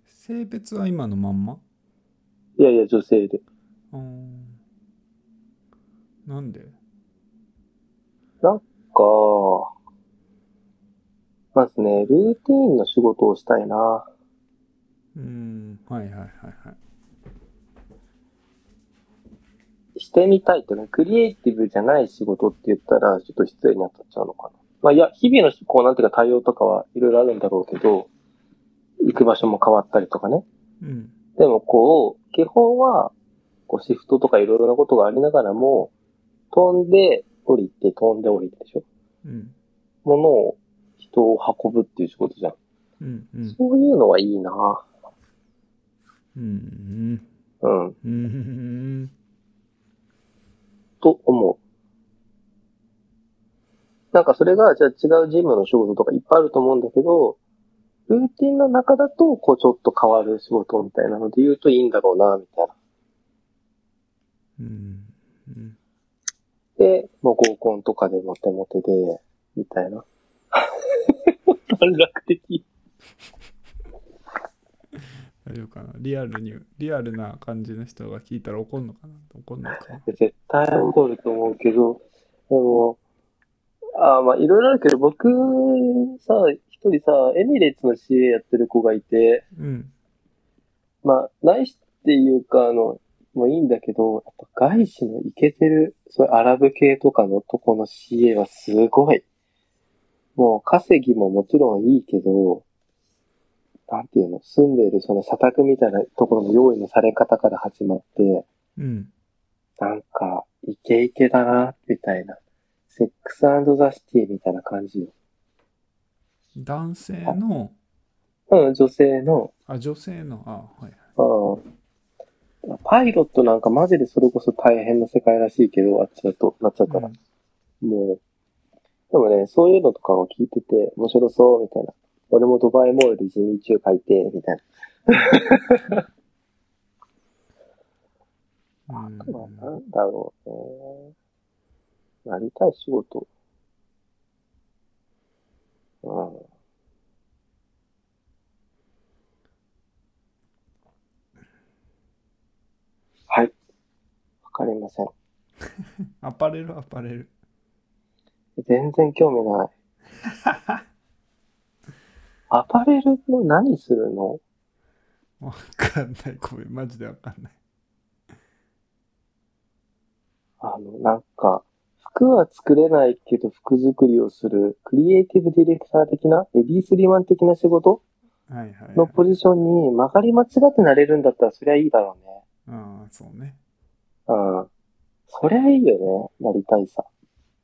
Speaker 1: 性別は今のまんま
Speaker 2: いやいや、女性で。
Speaker 1: うーんなんで
Speaker 2: か、まずね、ルーティーンの仕事をしたいな。
Speaker 1: うーんはいはいはいはい
Speaker 2: してみたいってね、クリエイティブじゃない仕事って言ったら、ちょっと失礼に当たっちゃうのかな。まあ、いや、日々の、こう、なんていうか対応とかはいろいろあるんだろうけど、行く場所も変わったりとかね。
Speaker 1: うん
Speaker 2: でもこう、基本は、こうシフトとかいろいろなことがありながらも、飛んで降りて、飛んで降りてでしょ
Speaker 1: うん
Speaker 2: 物を、人を運ぶっていう仕事じゃん。
Speaker 1: うんうん
Speaker 2: そういうのはいいな
Speaker 1: うん
Speaker 2: う
Speaker 1: う
Speaker 2: ん、
Speaker 1: んうん
Speaker 2: と思う。なんかそれが、じゃあ違うジムの仕事とかいっぱいあると思うんだけど、ルーティンの中だと、こうちょっと変わる仕事みたいなので言うといいんだろうなみたいな。
Speaker 1: うんうん
Speaker 2: で、もう合コンとかでモテモテで、みたいな。短絡的。
Speaker 1: 大丈夫かなリアルにリアルな感じの人が聞いたら怒んのかな怒んないかな
Speaker 2: 絶対怒ると思うけど、でも、あーまあ、いろいろあるけど、僕、さ、一人さ、エミレーツの CA やってる子がいて、
Speaker 1: うん。
Speaker 2: まあ、内視っていうか、あの、もういいんだけど、やっぱ外資のイケてる、そういうアラブ系とかのとこの CA はすごい。もう稼ぎももちろんいいけど、なんていうの、住んでいるその社宅みたいなところの用意のされ方から始まって、
Speaker 1: うん。
Speaker 2: なんか、イケイケだな、みたいな。セックスザシティみたいな感じよ。
Speaker 1: 男性の、
Speaker 2: うん、女性の、
Speaker 1: あ、女性の、あ、はい。
Speaker 2: うん。パイロットなんかマジでそれこそ大変な世界らしいけど、あっちだと、なっちゃったら。
Speaker 1: うん
Speaker 2: もう、でもね、そういうのとかを聞いてて、面白そう、みたいな。俺もドバイモールで地味中書いて、みたいな。
Speaker 1: うん
Speaker 2: まあ、なんだろうね。なりたい仕事。うん。はい。わかりません。
Speaker 1: アパレル、アパレル。
Speaker 2: 全然興味 ない。アパレルの何するの
Speaker 1: わかんない。ごめん、マジでわかんない。
Speaker 2: あの、なんか、服は作れないけど服作りをする、クリエイティブディレクター的な、エディースリーマン的な仕事
Speaker 1: はいはい、
Speaker 2: の
Speaker 1: はい。
Speaker 2: ポジションに曲がり間違ってなれるんだったらそりゃいいだろうね。
Speaker 1: ああ、そうね。
Speaker 2: うん。そりゃいいよね。なりたいさ。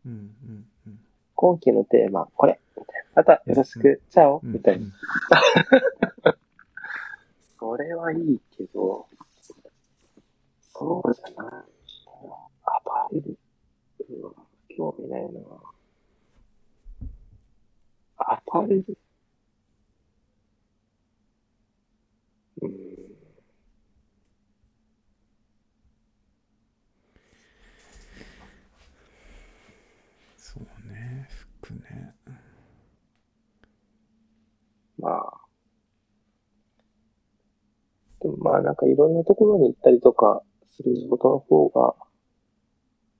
Speaker 1: うんうんうん。
Speaker 2: 今期のテーマ、これ。みたいなあとはよろしく。チャオ。
Speaker 1: うん
Speaker 2: みたいな
Speaker 1: う。ん
Speaker 2: それはいいけど、そうじゃない。アパレル。うん興味ないな。アパレル。うん。
Speaker 1: そうね、服ね。
Speaker 2: まあ。でもまあなんかいろんなところに行ったりとかする仕事の方が、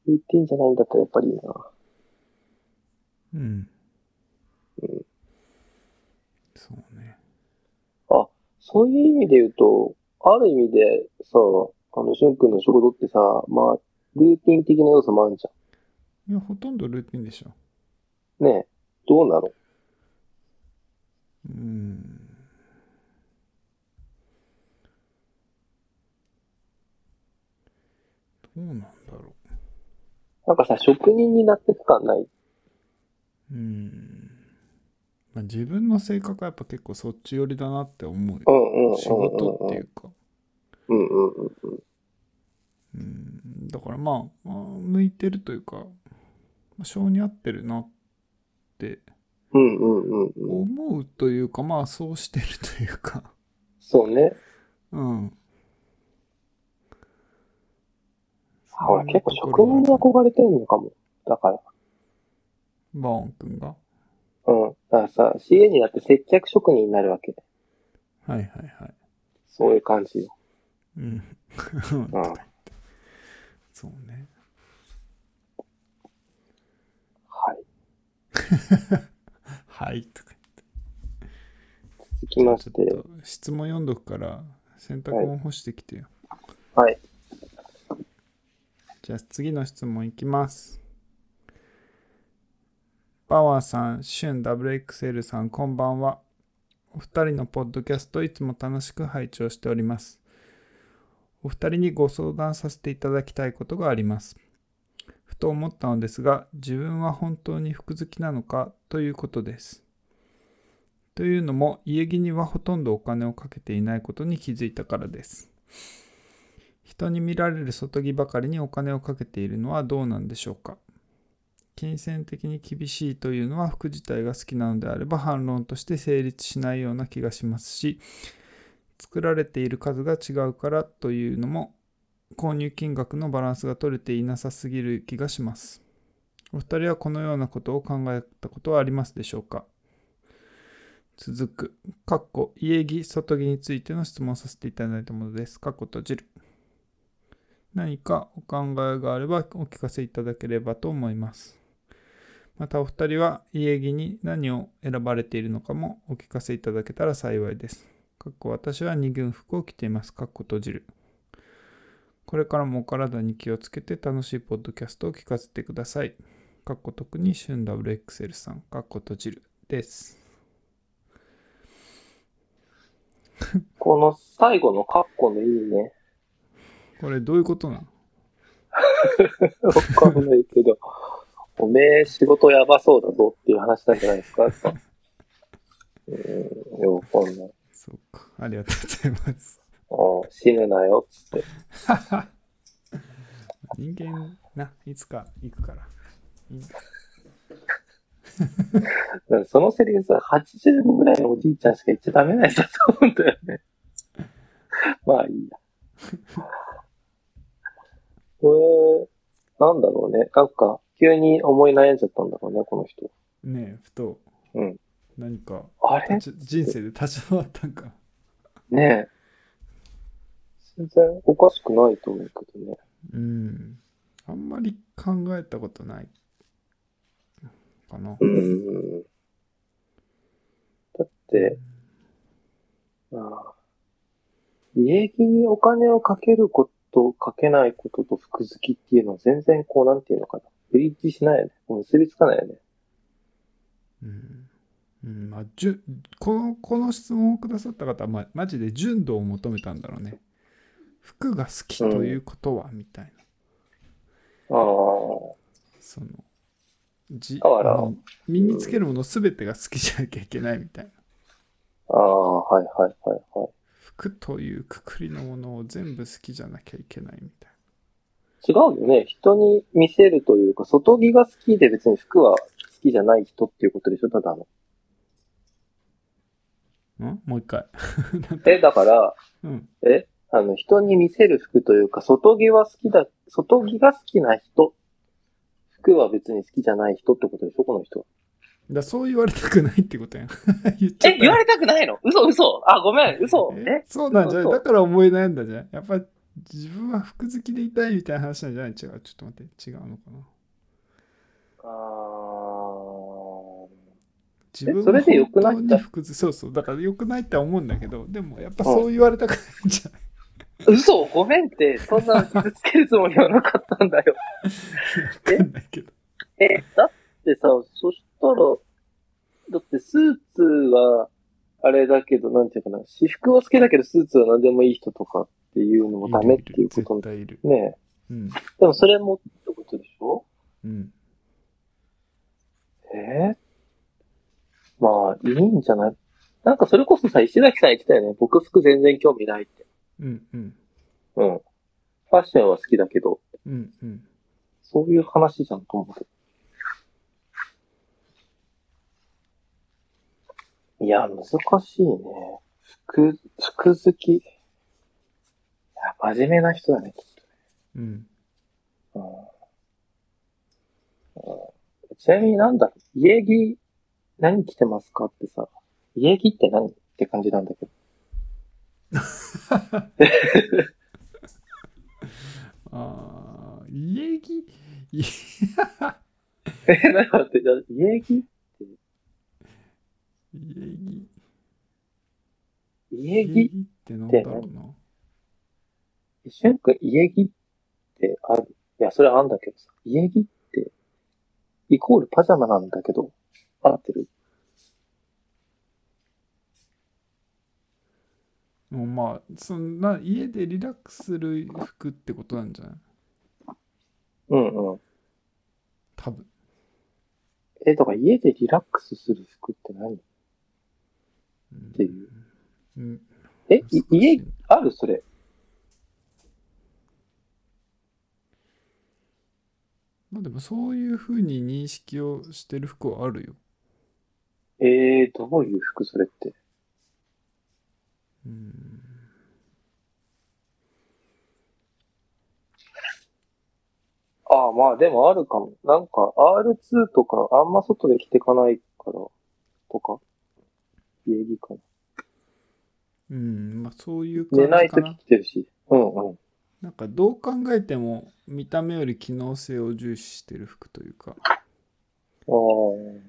Speaker 2: ルーティンじゃないんだったらやっぱりいいな。
Speaker 1: うん。
Speaker 2: うん
Speaker 1: そうね。
Speaker 2: そういう意味で言うと、ある意味でさ、あの、しゅんくんの仕事ってさ、まあ、ルーティン的な要素もあるじゃ
Speaker 1: いや、ほとんどルーティンでしょ。
Speaker 2: ん。ねえ、どうなの
Speaker 1: うん。どうなんだろ
Speaker 2: なんかさ、職人になってく感ない。
Speaker 1: う。うん。まあ、自分の性格はやっぱ結構そっち寄りだなって思うよ。
Speaker 2: うんうんうんうんうん。
Speaker 1: 仕事っていうか。
Speaker 2: うんうんうんうん。
Speaker 1: うん。だからまあ、まあ向いてるというか、まあ性に合ってるなって
Speaker 2: うんうんうんうん。
Speaker 1: 思うというか、まあそうしてるというか。
Speaker 2: そうね。
Speaker 1: うん。
Speaker 2: ほら、結構職人に
Speaker 1: だ
Speaker 2: 憧れてんのかも。だから。
Speaker 1: バオン君が。
Speaker 2: うん。だからさ、CA になって接客職人になるわけ。
Speaker 1: はいはいはい。
Speaker 2: そういう感じよ。
Speaker 1: うん。
Speaker 2: うん。
Speaker 1: そうね。
Speaker 2: はい。
Speaker 1: はい。とか
Speaker 2: 続きまし
Speaker 1: 言ってて、質問読んどくから、洗濯物干してきてよ。
Speaker 2: はい。
Speaker 1: じゃあ次の質問いきます。パワーさん、シュン WXL さん、こんばんは。お二人のポッドキャストいつも楽しく拝聴しております。お二人にご相談させていただきたいことがあります。ふと思ったのですが、自分は本当に服好きなのかということです。というのも、家着にはほとんどお金をかけていないことに気づいたからです。人に見られる外着ばかりにお金をかけているのはどうなんでしょうか金銭的に厳しいというのは服自体が好きなのであれば反論として成立しないような気がしますし作られている数が違うからというのも購入金額のバランスが取れていなさすぎる気がしますお二人はこのようなことを考えたことはありますでしょうか続く、かっこ家着、外着についての質問をさせていただいたものです。かっこ閉じる。何かお考えがあればお聞かせいただければと思います。またお二人は家着に何を選ばれているのかもお聞かせいただけたら幸いです。かっこ私は二軍服を着ています。かっこ閉じる。これからもお体に気をつけて楽しいポッドキャストを聞かせてください。かっこ特に旬 WXL さん、かっこ閉じるです。
Speaker 2: この最後のカッコの意味ね。
Speaker 1: これどういうことなの
Speaker 2: わかんないけど、おめえ仕事やばそうだぞっていう話なんじゃないですか。 うん、よくわかんない。
Speaker 1: そうか。ありがとうございます。
Speaker 2: あー死ぬなよ、つって。
Speaker 1: 人間な、いつか行くから。
Speaker 2: だからそのセリフさ、80ぐらいのおじいちゃんしか言っちゃダメなやつだと思うんだよね。 まあいいや。 これ、なんだろうね。なんか、急に思い悩んじゃったんだろうね、この人。
Speaker 1: ねえ、ふと
Speaker 2: うん。
Speaker 1: 何か
Speaker 2: あれ
Speaker 1: 立ち人生で立ち止まったんか。
Speaker 2: ねえ。全然おかしくないと思うけどね。
Speaker 1: うん。あんまり考えたことないかな。
Speaker 2: うん。だって、ああ家着にお金をかけること、かけないことと服好きっていうのは全然こう、なんていうのかな。ブリッジしないよね。もう結びつかないよね。
Speaker 1: うん。うん、まあ、じゅこの、この質問をくださった方は、ま、マジで純度を求めたんだろうね。服が好きということは、みたいな。
Speaker 2: ああ、
Speaker 1: その、じ
Speaker 2: だから
Speaker 1: あの身につけるもの全てが好きじゃなきゃいけないみたいな。
Speaker 2: ああ、はいはいはいはい。
Speaker 1: 服というくくりのものを全部好きじゃなきゃいけないみたい
Speaker 2: 違うよね。人に見せるというか、外着が好きで別に服は好きじゃない人っていうことでしょただの。
Speaker 1: な。んもう一回。
Speaker 2: え、だから、
Speaker 1: うん。
Speaker 2: え、あの、人に見せる服というか、外着は好きだ、外着が好きな人。服は別に好きじゃない人ってことでしょこの人は。
Speaker 1: だそう言われたくないってことやん。 言っちゃった
Speaker 2: え、言われたくないの嘘嘘あ、ごめん、嘘え
Speaker 1: そうなんじゃない
Speaker 2: そう
Speaker 1: だから思い悩んだじゃん。やっぱ自分は服好きでいたいみたいな話なんじゃない違う。ちょっと待って、違うのかな。
Speaker 2: あー
Speaker 1: 自分
Speaker 2: それで良くない
Speaker 1: 本当に服好きそうそう。だから良くないって思うんだけど、でもやっぱそう言われたくないんじゃない、
Speaker 2: 嘘ごめんって、そんな傷つけるつもりはなかったんだよ。
Speaker 1: わかんないけど。
Speaker 2: え、だってさ、そしたら、だってスーツは、あれだけど、なんていうかな、私服は好きだけどスーツは何でもいい人とかっていうのもダメっていうこと
Speaker 1: 絶対いる。
Speaker 2: ねえ。
Speaker 1: うん。
Speaker 2: でもそれもってことでしょ
Speaker 1: うん。
Speaker 2: ええまあ、いいんじゃないなんかそれこそさ、石崎さん言ってたよね。僕服全然興味ないって。
Speaker 1: うん。うん。
Speaker 2: うん。ファッションは好きだけど、
Speaker 1: うん。うん。
Speaker 2: そういう話じゃんと思う。いや、難しいね。服、服好き。いや、真面目な人だね、きっと。
Speaker 1: うん。
Speaker 2: うんうんちなみになんだろう家着、何着てますかってさ、家着って何って感じなんだけど。
Speaker 1: ああ、家着い
Speaker 2: え、なんか待って、じゃあ家着
Speaker 1: 家着
Speaker 2: 家
Speaker 1: 家着
Speaker 2: 着
Speaker 1: ってなんだろうな。
Speaker 2: しゅんくん、家着ってあるいや、それはあんだけどさ、家着って、イコールパジャマなんだけど、合ってる
Speaker 1: もうまあ、そんな家でリラックスする服ってことなんじゃない
Speaker 2: うんうん。
Speaker 1: 多分。
Speaker 2: え、だから家でリラックスする服って何っていう。
Speaker 1: うん、
Speaker 2: え、い家、あるそれ。
Speaker 1: まあでもそういうふうに認識をしてる服はあるよ。
Speaker 2: えー、どういう服それって。
Speaker 1: うん。
Speaker 2: ああ、まあでもあるかも。なんか R2 とかあんま外で着てかないから、とか、家着かな。
Speaker 1: うん、まあそういう感
Speaker 2: 寝
Speaker 1: じか
Speaker 2: ないと
Speaker 1: な
Speaker 2: き。着てるし。うんうん。
Speaker 1: なんかどう考えても見た目より機能性を重視してる服というか、
Speaker 2: あ
Speaker 1: うん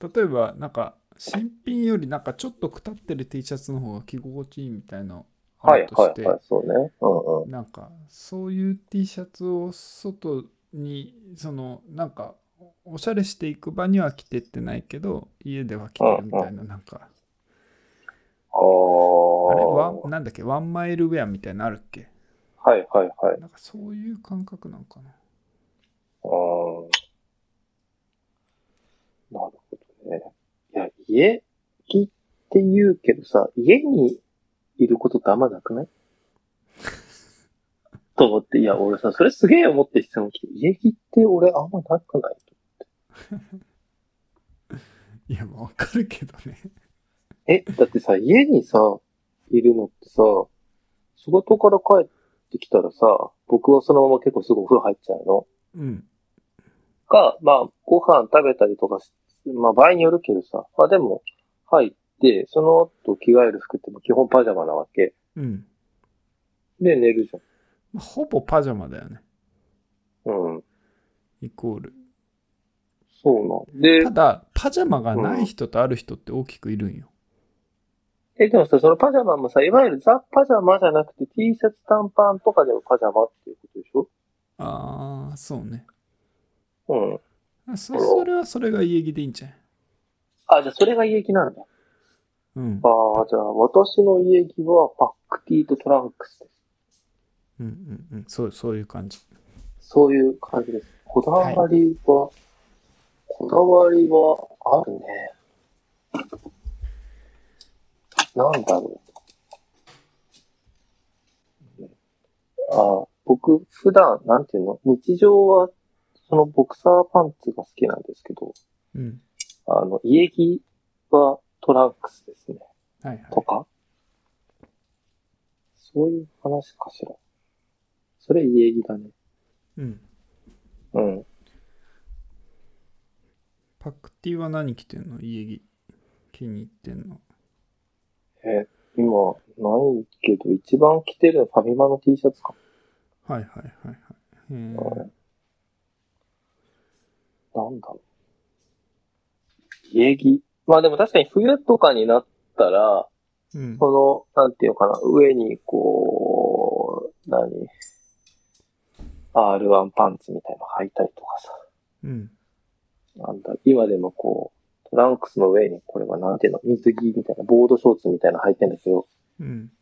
Speaker 1: 例えばなんか新品よりなんかちょっとくたってる T シャツの方が着心地いいみたいなのあ
Speaker 2: はい
Speaker 1: ると
Speaker 2: は
Speaker 1: して、
Speaker 2: いはい、そうね。うんうん。
Speaker 1: なんかそういう T シャツを外にそのなんかおしゃれしていく場には着てってないけど家では着てるみたいななんか
Speaker 2: あ
Speaker 1: あれ
Speaker 2: あ。
Speaker 1: はなんだっけワンマイルウェアみたいなのあるっけ
Speaker 2: はいはいはい。
Speaker 1: なんかそういう感覚なんかな
Speaker 2: ああ。なるほどね。いや、家着って言うけどさ、家にいることってあんまなくない と思って、いや、俺さ、それすげえ思って質問来て、家着って俺あんまなくない
Speaker 1: いやまあわかるけどね
Speaker 2: え、だってさ、家にさ、いるのってさ、仕事から帰ってきたらさ、僕はそのまま結構すぐお風呂入っちゃうの。
Speaker 1: うん
Speaker 2: か、まあ、ご飯食べたりとかし、まあ、場合によるけどさ、まあでも、入って、その後着替える服っても基本パジャマなわけ。
Speaker 1: うん、
Speaker 2: で、寝るじ
Speaker 1: まあ、ほぼパジャマだよね
Speaker 2: ゃん。うん。
Speaker 1: イコール
Speaker 2: そうなん。で
Speaker 1: た、だパジャマがない人とある人って大きくいるんよ
Speaker 2: え、でもさ、そのパジャマもさ、いわゆるザ・パジャマじゃなくて T シャツ短パンとかでもパジャマっていうことでしょ
Speaker 1: ああそうね
Speaker 2: うん。
Speaker 1: そそれはそれが家着でいいんじゃん
Speaker 2: あ、じゃあそれが家着なんだ。
Speaker 1: うん
Speaker 2: ああ、じゃあ私の家着はパックティーとトランクスです。
Speaker 1: うんうんうん、そうそういう感じ。
Speaker 2: そういう感じです。こだわりは、こだわりはあるね。なんだろう。あ僕、普段、なんていうの日常は、そのボクサーパンツが好きなんですけど、
Speaker 1: うん。
Speaker 2: あの、家着はトランクスですね。
Speaker 1: はいはい。
Speaker 2: とかそういう話かしら。それ家着だね。
Speaker 1: うん。
Speaker 2: うん。
Speaker 1: パクティは何着てんの家着。気に入ってんの。
Speaker 2: え、今、ないけど、一番着てるのファミマの T シャツか。
Speaker 1: はいはいはいはい。へー
Speaker 2: なんだろう。家着。まあでも確かに冬とかになったら、
Speaker 1: うん。
Speaker 2: この、なんていうのかな、上にこう、何 ?R1 パンツみたいなの履いたりとかさ。
Speaker 1: うん。
Speaker 2: なんだ、今でもこう、トランクスの上に、これはなんていうの、水着みたいな、ボードショーツみたいなの履いてんだけど、
Speaker 1: うん。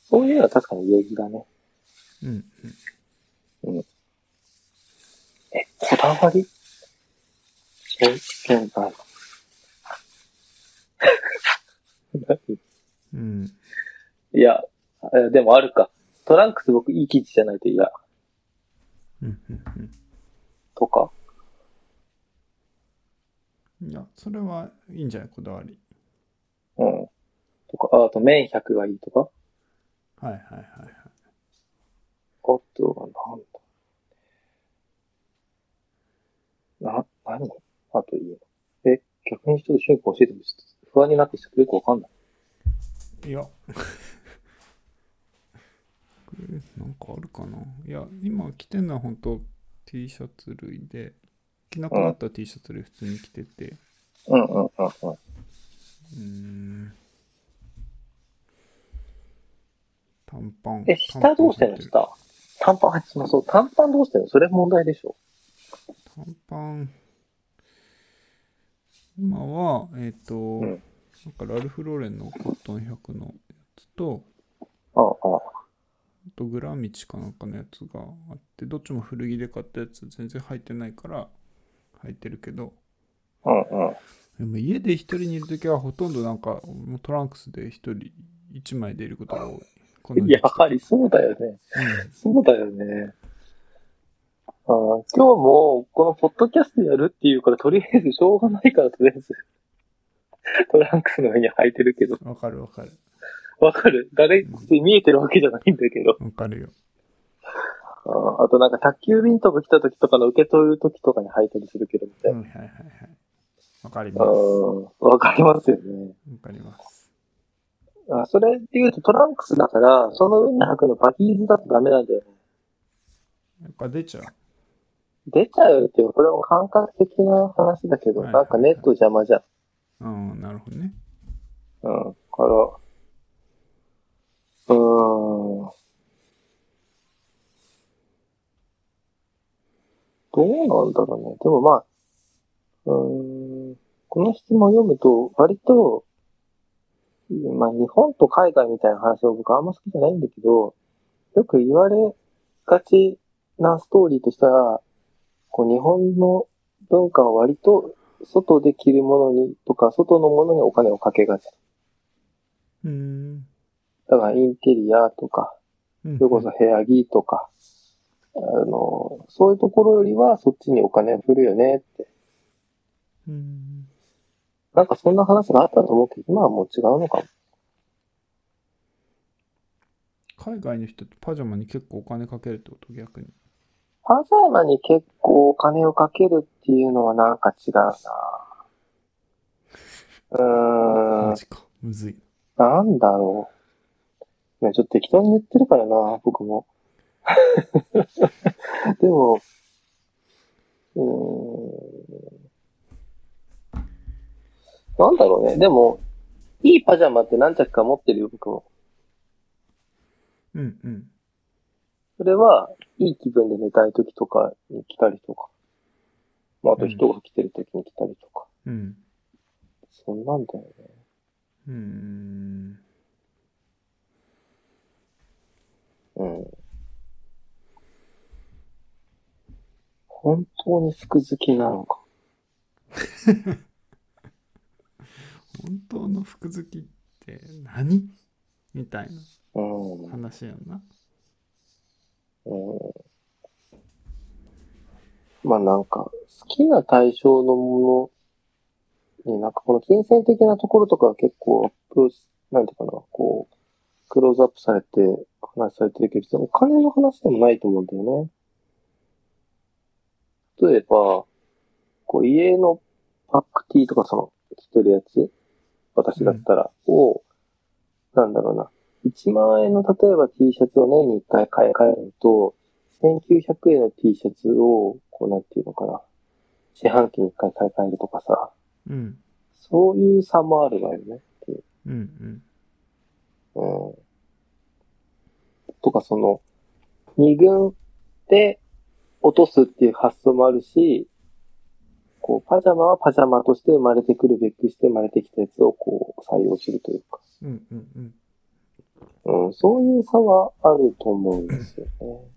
Speaker 2: そういうのは確かに家着だね。
Speaker 1: うん。
Speaker 2: こだわり全然ない。
Speaker 1: うん。
Speaker 2: いや、えでもあるか。トランクス僕いい生地じゃないと嫌。
Speaker 1: うん。
Speaker 2: とか。
Speaker 1: うん。いや、それはいいんじゃないこだわり。
Speaker 2: うん。とか、ああと綿100がいいとか。
Speaker 1: はいはいはいはい。
Speaker 2: あとはなんだ。な、何あといいの。え、逆にちょっと瞬間教えてもちょっと不安になってきてよくわかんない。
Speaker 1: いや。なんかあるかな。いや、今着てんのは本当 T シャツ類で、着なくなった T シャツ類普通に着てて。
Speaker 2: うんうんうんうん。
Speaker 1: うーん。短パン。
Speaker 2: え、下どうしてんの
Speaker 1: 短
Speaker 2: 下。短パン、あ、そうそう、短パンどうしてんのそれ問題でしょ。
Speaker 1: パン短パン。今は、えっ、と、
Speaker 2: ん
Speaker 1: なんかラルフローレンのコットン100のやつと、
Speaker 2: ああ、ああ。
Speaker 1: あとグラミチかなんかのやつがあって、どっちも古着で買ったやつ全然履いてないから履いてるけど、
Speaker 2: うんうん。
Speaker 1: でも家で一人にいるときはほとんどなんかもうトランクスで一人一枚でいることが多い。この時期
Speaker 2: やはりそうだよね。
Speaker 1: うん
Speaker 2: そうだよね。あー今日もこのポッドキャストやるっていうから、とりあえずしょうがないから、とりあえず トランクスの上に履いてるけど、
Speaker 1: わかるわかる。
Speaker 2: わかる誰って見えてるわけじゃないんだけど。
Speaker 1: わかるよ。
Speaker 2: あーあとなんか宅急便とか来た時とかの受け取る時とかに履いたりするけど、みた
Speaker 1: う
Speaker 2: いな。
Speaker 1: ん、はいはいはいはい。わかり
Speaker 2: あ
Speaker 1: ます。わ
Speaker 2: ーわかりますよね。
Speaker 1: かります。
Speaker 2: あそれで言うとトランクスだから、その上に履くのパキーズだとダメなんだよね。
Speaker 1: やっぱ出ちゃう。
Speaker 2: 出ちゃうっていう、これも感覚的な話だけど、
Speaker 1: はい
Speaker 2: なんかネット邪魔じゃん。
Speaker 1: うん、なるほどね。
Speaker 2: うん。から、うーん。どうなんだろうね。でもまあ、うーん、この質問を読むと、割と、まあ日本と海外みたいな話は僕あんま好きじゃないんだけど、よく言われがちなストーリーとしたら、こう日本の文化は割と外で着るものにとか、外のものにお金をかけがち。
Speaker 1: うーん。
Speaker 2: だからインテリアとか、
Speaker 1: うん
Speaker 2: それこそ部屋着とか、あの、そういうところよりはそっちにお金を振るよねって。
Speaker 1: うん。
Speaker 2: なんかそんな話があったと思うけど、今はもう違うのかも。
Speaker 1: 海外の人ってパジャマに結構お金かけるってこと逆に。
Speaker 2: パジャマに結構お金をかけるっていうのはなんか違うなうー
Speaker 1: マ
Speaker 2: ん、
Speaker 1: ジか。むずい。
Speaker 2: なんだろう。ねちょっと適当に言ってるからな、僕も。 でも、うーん。なんだろうね。でも、いいパジャマって何着か持ってるよ、僕も。
Speaker 1: うんうん。
Speaker 2: それは、いい気分で寝たい時とかに着たりとか。まあ、あと人が来てる時に着たりとか。
Speaker 1: うん。
Speaker 2: そんなんだよね。
Speaker 1: うーん。
Speaker 2: うん。本当に服好きなのか。
Speaker 1: 本当の服好きって何みたい
Speaker 2: うん。
Speaker 1: な話やんな。
Speaker 2: まあなんか、好きな対象のものに、なんかこの金銭的なところとかは結構アップ、なんていうかな、こう、クローズアップされて、話されてるけど、お金の話でもないと思うんだよね。例えば、こう家のパックティーとかその、着てるやつ、私だったら、を、なんだろうな、1万円の例えば T シャツを年に1回買い替えると、1900円の T シャツを、こうなんていうのかな。四半期に一回買い替えるとかさ、
Speaker 1: うん。
Speaker 2: そういう差もあるわよね。
Speaker 1: うんうん。
Speaker 2: うん。とかその、二軍で落とすっていう発想もあるし、こう、パジャマはパジャマとして生まれてくるべくして生まれてきたやつをこう、採用するというか。
Speaker 1: うんうんうん。
Speaker 2: うん、そういう差はあると思うんですよね。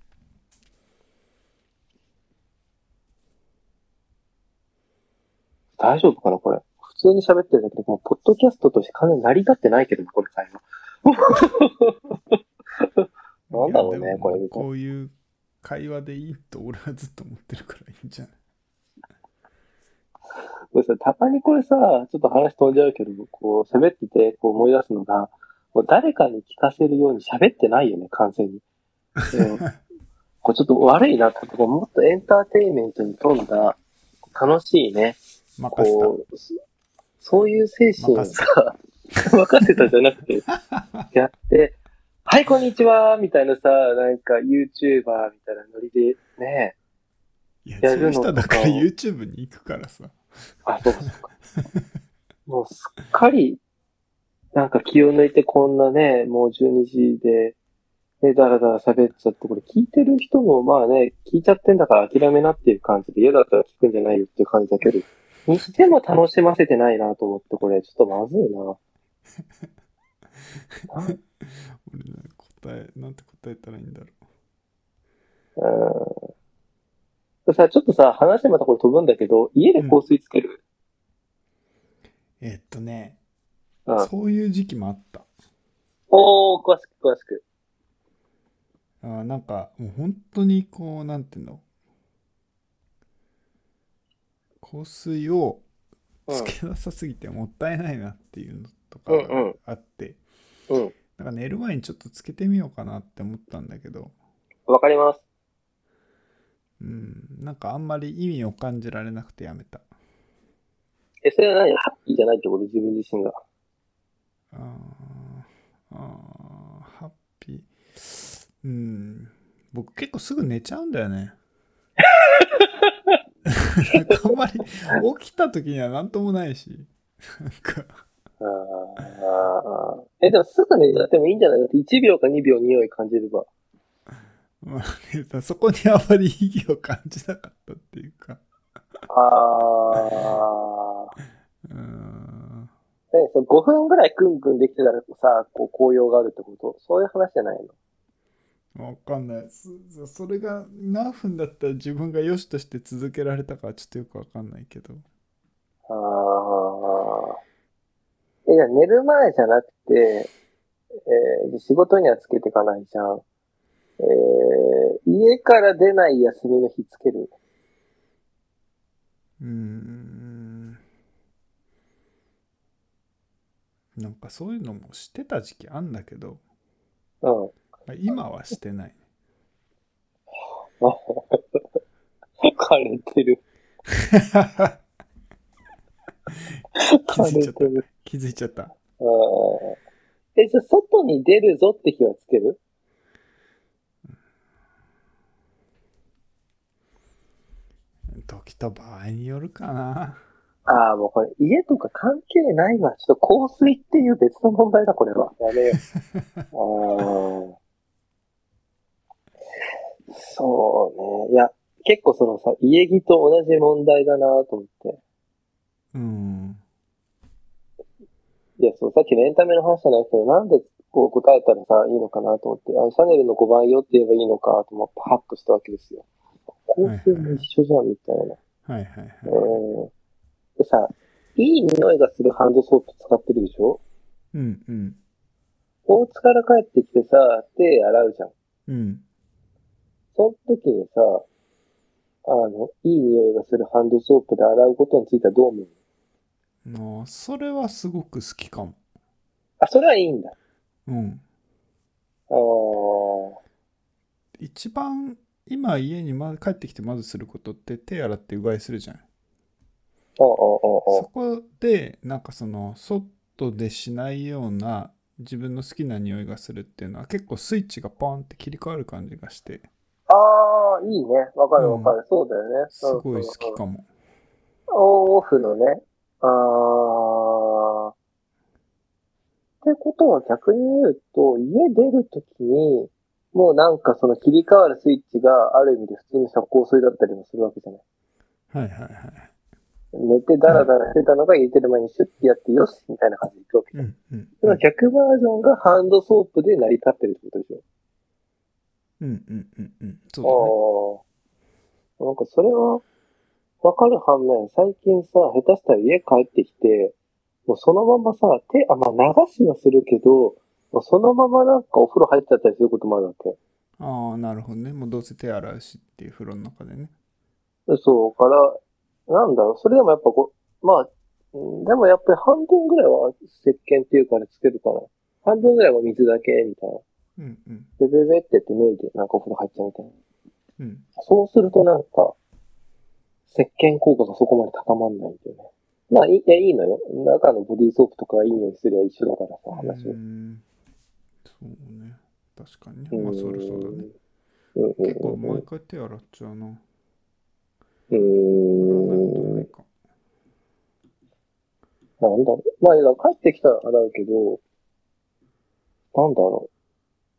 Speaker 2: 大丈夫かなこれ。普通に喋ってるだけで、もう、ポッドキャストとして完全に成り立ってないけどな、これ会話。なんだろうね
Speaker 1: いやでも
Speaker 2: これ別に
Speaker 1: こういう会話でいいと俺はずっと思ってるからいいんじゃない
Speaker 2: これさ、たまにこれさ、ちょっと話飛んじゃうけど、こう、喋ってて、こう思い出すのが、もう誰かに聞かせるように喋ってないよね、完全に。うん、こうちょっと悪いなって、こうもっとエンターテインメントに富んだ、楽しいね、
Speaker 1: 任せた。
Speaker 2: こう、そそういう精神を
Speaker 1: 任せ
Speaker 2: さ、 任せたじゃなくて、やって、はい、こんにちはみたいなさ、なんか YouTuber みたいなノリで、ね
Speaker 1: いや、
Speaker 2: や
Speaker 1: そういう
Speaker 2: るの
Speaker 1: 人だから
Speaker 2: こう
Speaker 1: YouTube に行くからさ。
Speaker 2: あ、そうかそうか。もうすっかり、なんか気を抜いてこんなね、もう12時で、ね、だらだら喋っちゃって、これ聞いてる人もまあね、聞いちゃってんだから諦めなっていう感じで、嫌だったら聞くんじゃないよっていう感じだけど、にしても楽しませてないなと思って、これちょっとまずいな。
Speaker 1: 俺ら答え、なんて答えたらいいんだろ
Speaker 2: うん。さ、ちょっとさ、話またこれ飛ぶんだけど、家で香水つける、
Speaker 1: う。えーっとね、
Speaker 2: うん、
Speaker 1: そういう時期もあった。
Speaker 2: おー、詳しく詳しく。
Speaker 1: あーなんか、もう本当にこう、なんていうの香水をつけなさすぎてもったいないなっていうのとか
Speaker 2: うんうん
Speaker 1: があって、
Speaker 2: うん。うん。
Speaker 1: なんか寝る前にちょっとつけてみようかなって思ったんだけど、
Speaker 2: わかります。
Speaker 1: うん、なんかあんまり意味を感じられなくてやめた。
Speaker 2: え、それは何ハッピーじゃないってこと自分自身が。
Speaker 1: あーあー、ハッピー。うん、僕結構すぐ寝ちゃうんだよね。なんかあんまり起きた時には何ともないし。なんか、
Speaker 2: あーえ、でもすぐ寝ちゃってもいいんじゃないだって1秒か2秒匂い感じれば。
Speaker 1: まあね、そこにあまり意義を感じなかったっていうか。
Speaker 2: ああ。
Speaker 1: うーん。
Speaker 2: え、そう5分ぐらいクンクンできてたらさ、こう紅葉があるってことそういう話じゃないの
Speaker 1: わかんないそ。そそれが何分だったら自分が良しとして続けられたかはちょっとよくわかんないけど。
Speaker 2: ああ。え、じゃあ寝る前じゃなくて、えー仕事にはつけてかないじゃん。えー家から出ない休みの日つける。
Speaker 1: うーん。なんかそういうのもしてた時期あんだけど、
Speaker 2: うん。
Speaker 1: まあ今はしてない。
Speaker 2: 枯れてる。
Speaker 1: 気づいちゃった
Speaker 2: 枯れてる。
Speaker 1: 気づいちゃった。
Speaker 2: あーえ、じゃあ外に出るぞって日はつける
Speaker 1: 時と場合によるかな。
Speaker 2: ああ、もうこれ家とか関係ないわ。ちょっと香水っていう別の問題だ、これは。やめ よう。あーそうね。いや、結構そのさ、家着と同じ問題だなと思って。
Speaker 1: うん。
Speaker 2: いや、そう、さっきのエンタメの話じゃないけど、なんでこう答えたらさ、いいのかなと思って、あシャネルの5番よって言えばいいのかと思って、ハッとしたわけですよ。香水も一緒じゃん、みたいな。
Speaker 1: はいはいはい。
Speaker 2: うんでさ、いい匂いがするハンドソープ使ってるでしょ
Speaker 1: うんうん。
Speaker 2: お家から帰ってきてさ、手洗うじゃん。
Speaker 1: うん。
Speaker 2: その時にさ、あの、いい匂いがするハンドソープで洗うことについてはどう思う
Speaker 1: ああ、それはすごく好きかも。
Speaker 2: あ、それはいいんだ。
Speaker 1: うん。
Speaker 2: あー
Speaker 1: 一番今家にま帰ってきてまずすることって手洗ってうがいするじゃん。
Speaker 2: あ、ああ、あ
Speaker 1: そこでなんかその外でしないような自分の好きな匂いがするっていうのは結構スイッチがポンって切り替わる感じがして
Speaker 2: あ。ああ、いいね。わかるわかる。そうだよね。
Speaker 1: すごい好きかも。
Speaker 2: オンオフのね。あー。ってことは逆に言うと、家出るときに、もうなんかその切り替わるスイッチがある意味で普通の遮光水だったりもするわけじゃない。
Speaker 1: はいはいはい。
Speaker 2: 寝てダラダラしてたのが家出る前にシュッてやってよしみたいな感じでいくわけじゃ。
Speaker 1: うんんうん
Speaker 2: その逆バージョンがハンドソープで成り立ってるってことでしょ
Speaker 1: うんうんうんうん。
Speaker 2: あ
Speaker 1: そ
Speaker 2: あー。なんかそれは、わかる反面、最近さ、下手したら家帰ってきて、もうそのままさ、手、あ、まあ流しはするけど、もうそのままなんかお風呂入っちゃったりすることもあるわけ。
Speaker 1: うだね。ああ、なるほどね。もうどうせ手洗うしっていう風呂の中でね。
Speaker 2: そう、から、なんだろう、それでもやっぱこう、まあ、うんでもやっぱり半分ぐらいは石鹸っていうかね、つけるかな。半分ぐらいは水だけ、みたいな。
Speaker 1: うんうん
Speaker 2: ベベベってやって脱いで、なんかお風呂入っちゃうみたいな。
Speaker 1: うん。
Speaker 2: そうするとなんか、石鹸効果がそこまで高まんないんだよね。まあ、いいいや、いいのよ。中のボディーソープとかいい匂いすりゃ一緒だからさ、話
Speaker 1: う
Speaker 2: は。
Speaker 1: んそうね。確かにね。
Speaker 2: ん
Speaker 1: まあそりゃそうだね。。
Speaker 2: うんうんうん、
Speaker 1: 結構毎回手洗っちゃうな。
Speaker 2: う
Speaker 1: 洗わないことな
Speaker 2: ん。なん
Speaker 1: いか。
Speaker 2: だろう。まあ、だから帰ってきたら洗うけど、なんだろう。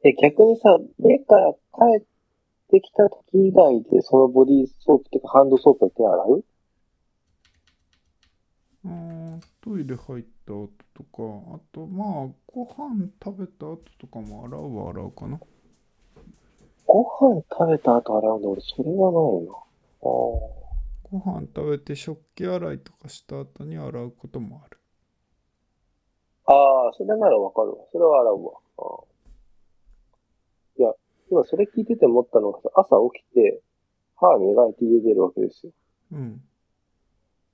Speaker 2: え、逆にさ、家から帰ってきた時以外で、そのボディーソープっていうかハンドソープで手洗う
Speaker 1: あートイレ入った後とか、あとまあ、ご飯食べた後とかも洗うは洗うかな。
Speaker 2: ご飯食べた後洗うんだ。俺、それはないな。ああ。
Speaker 1: ご飯食べて食器洗いとかした後に洗うこともある。
Speaker 2: ああ、それならわかるわ。それは洗うわ。ああいや、今それ聞いてて思ったのがさ、朝起きて、歯磨いて家出るわけですよ。
Speaker 1: うん。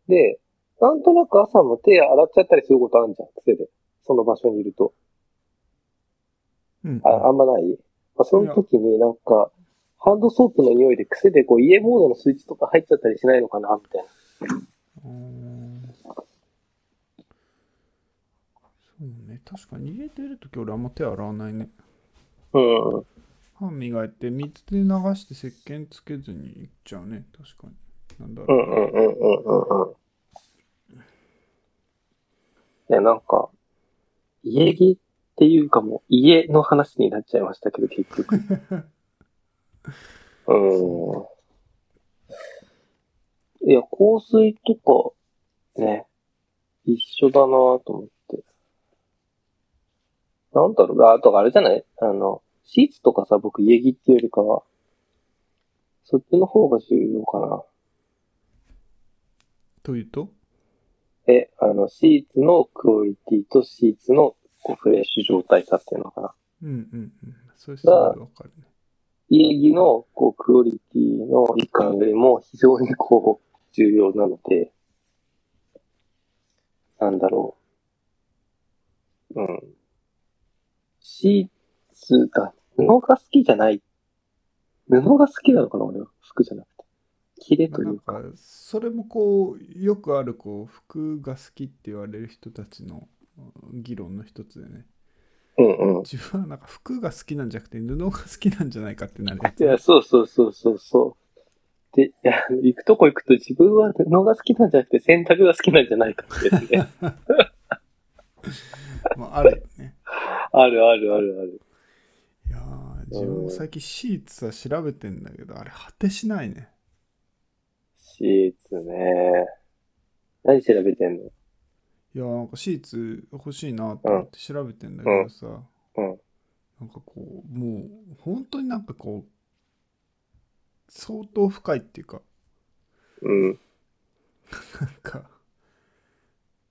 Speaker 2: で、なんとなく朝も手洗っちゃったりすることあるじゃん、癖で。その場所にいると。
Speaker 1: うん。
Speaker 2: ああんまない、まあ、その時になんか、ハンドソープの匂いで癖でこう家モードのスイッチとか入っちゃったりしないのかな、みたいな。
Speaker 1: あーそうね。確かに家出るとき俺あんま手洗わないね。
Speaker 2: うん。
Speaker 1: 歯磨いて水で流して石鹸つけずにいっちゃうね確かになんだ
Speaker 2: う
Speaker 1: ろ
Speaker 2: ん
Speaker 1: う、
Speaker 2: うんうんうんうんうん。ね、なんか、家着っていうかもう家の話になっちゃいましたけど、結局。 うん。いや、香水とか、ね、一緒だなぁと思って。なんだろう、あとあれじゃないあの、シーツとかさ、僕家着っていうよりかは、そっちの方が重要かな。
Speaker 1: というと
Speaker 2: え、あの、シーツのクオリティとシーツのこうフレッシュ状態さっていうのかな。
Speaker 1: うんうんうんそうするとわかるね
Speaker 2: 家着のこうクオリティの一環よりも非常にこう重要なので、なんだろう。うん。シーツだ。布が好きじゃない。布が好きなのかな俺は。服じゃなくて。綺麗とい
Speaker 1: なん
Speaker 2: うか。
Speaker 1: かそれもこうよくあるこう服が好きって言われる人たちのうん議論の一つでね
Speaker 2: うんうん。
Speaker 1: 自分はなんか服が好きなんじゃなくて布が好きなんじゃないかってなるや
Speaker 2: い
Speaker 1: つ
Speaker 2: や、そうそうそうそうそう。で、いや行くとこ行くと自分は布が好きなんじゃなくて洗濯が好きなんじゃないかってや つね。
Speaker 1: もあるよね
Speaker 2: あるあるあるある。
Speaker 1: いやー自分も最近シーツは調べてんだけどあれ果てしないね
Speaker 2: シーツね。何調べてんの
Speaker 1: いやーなんかシーツ欲しいなと思って調べてんだけどさ、
Speaker 2: うんうん
Speaker 1: なんかこうもう本当になんかこう相当深いっていうか
Speaker 2: うん。
Speaker 1: なんか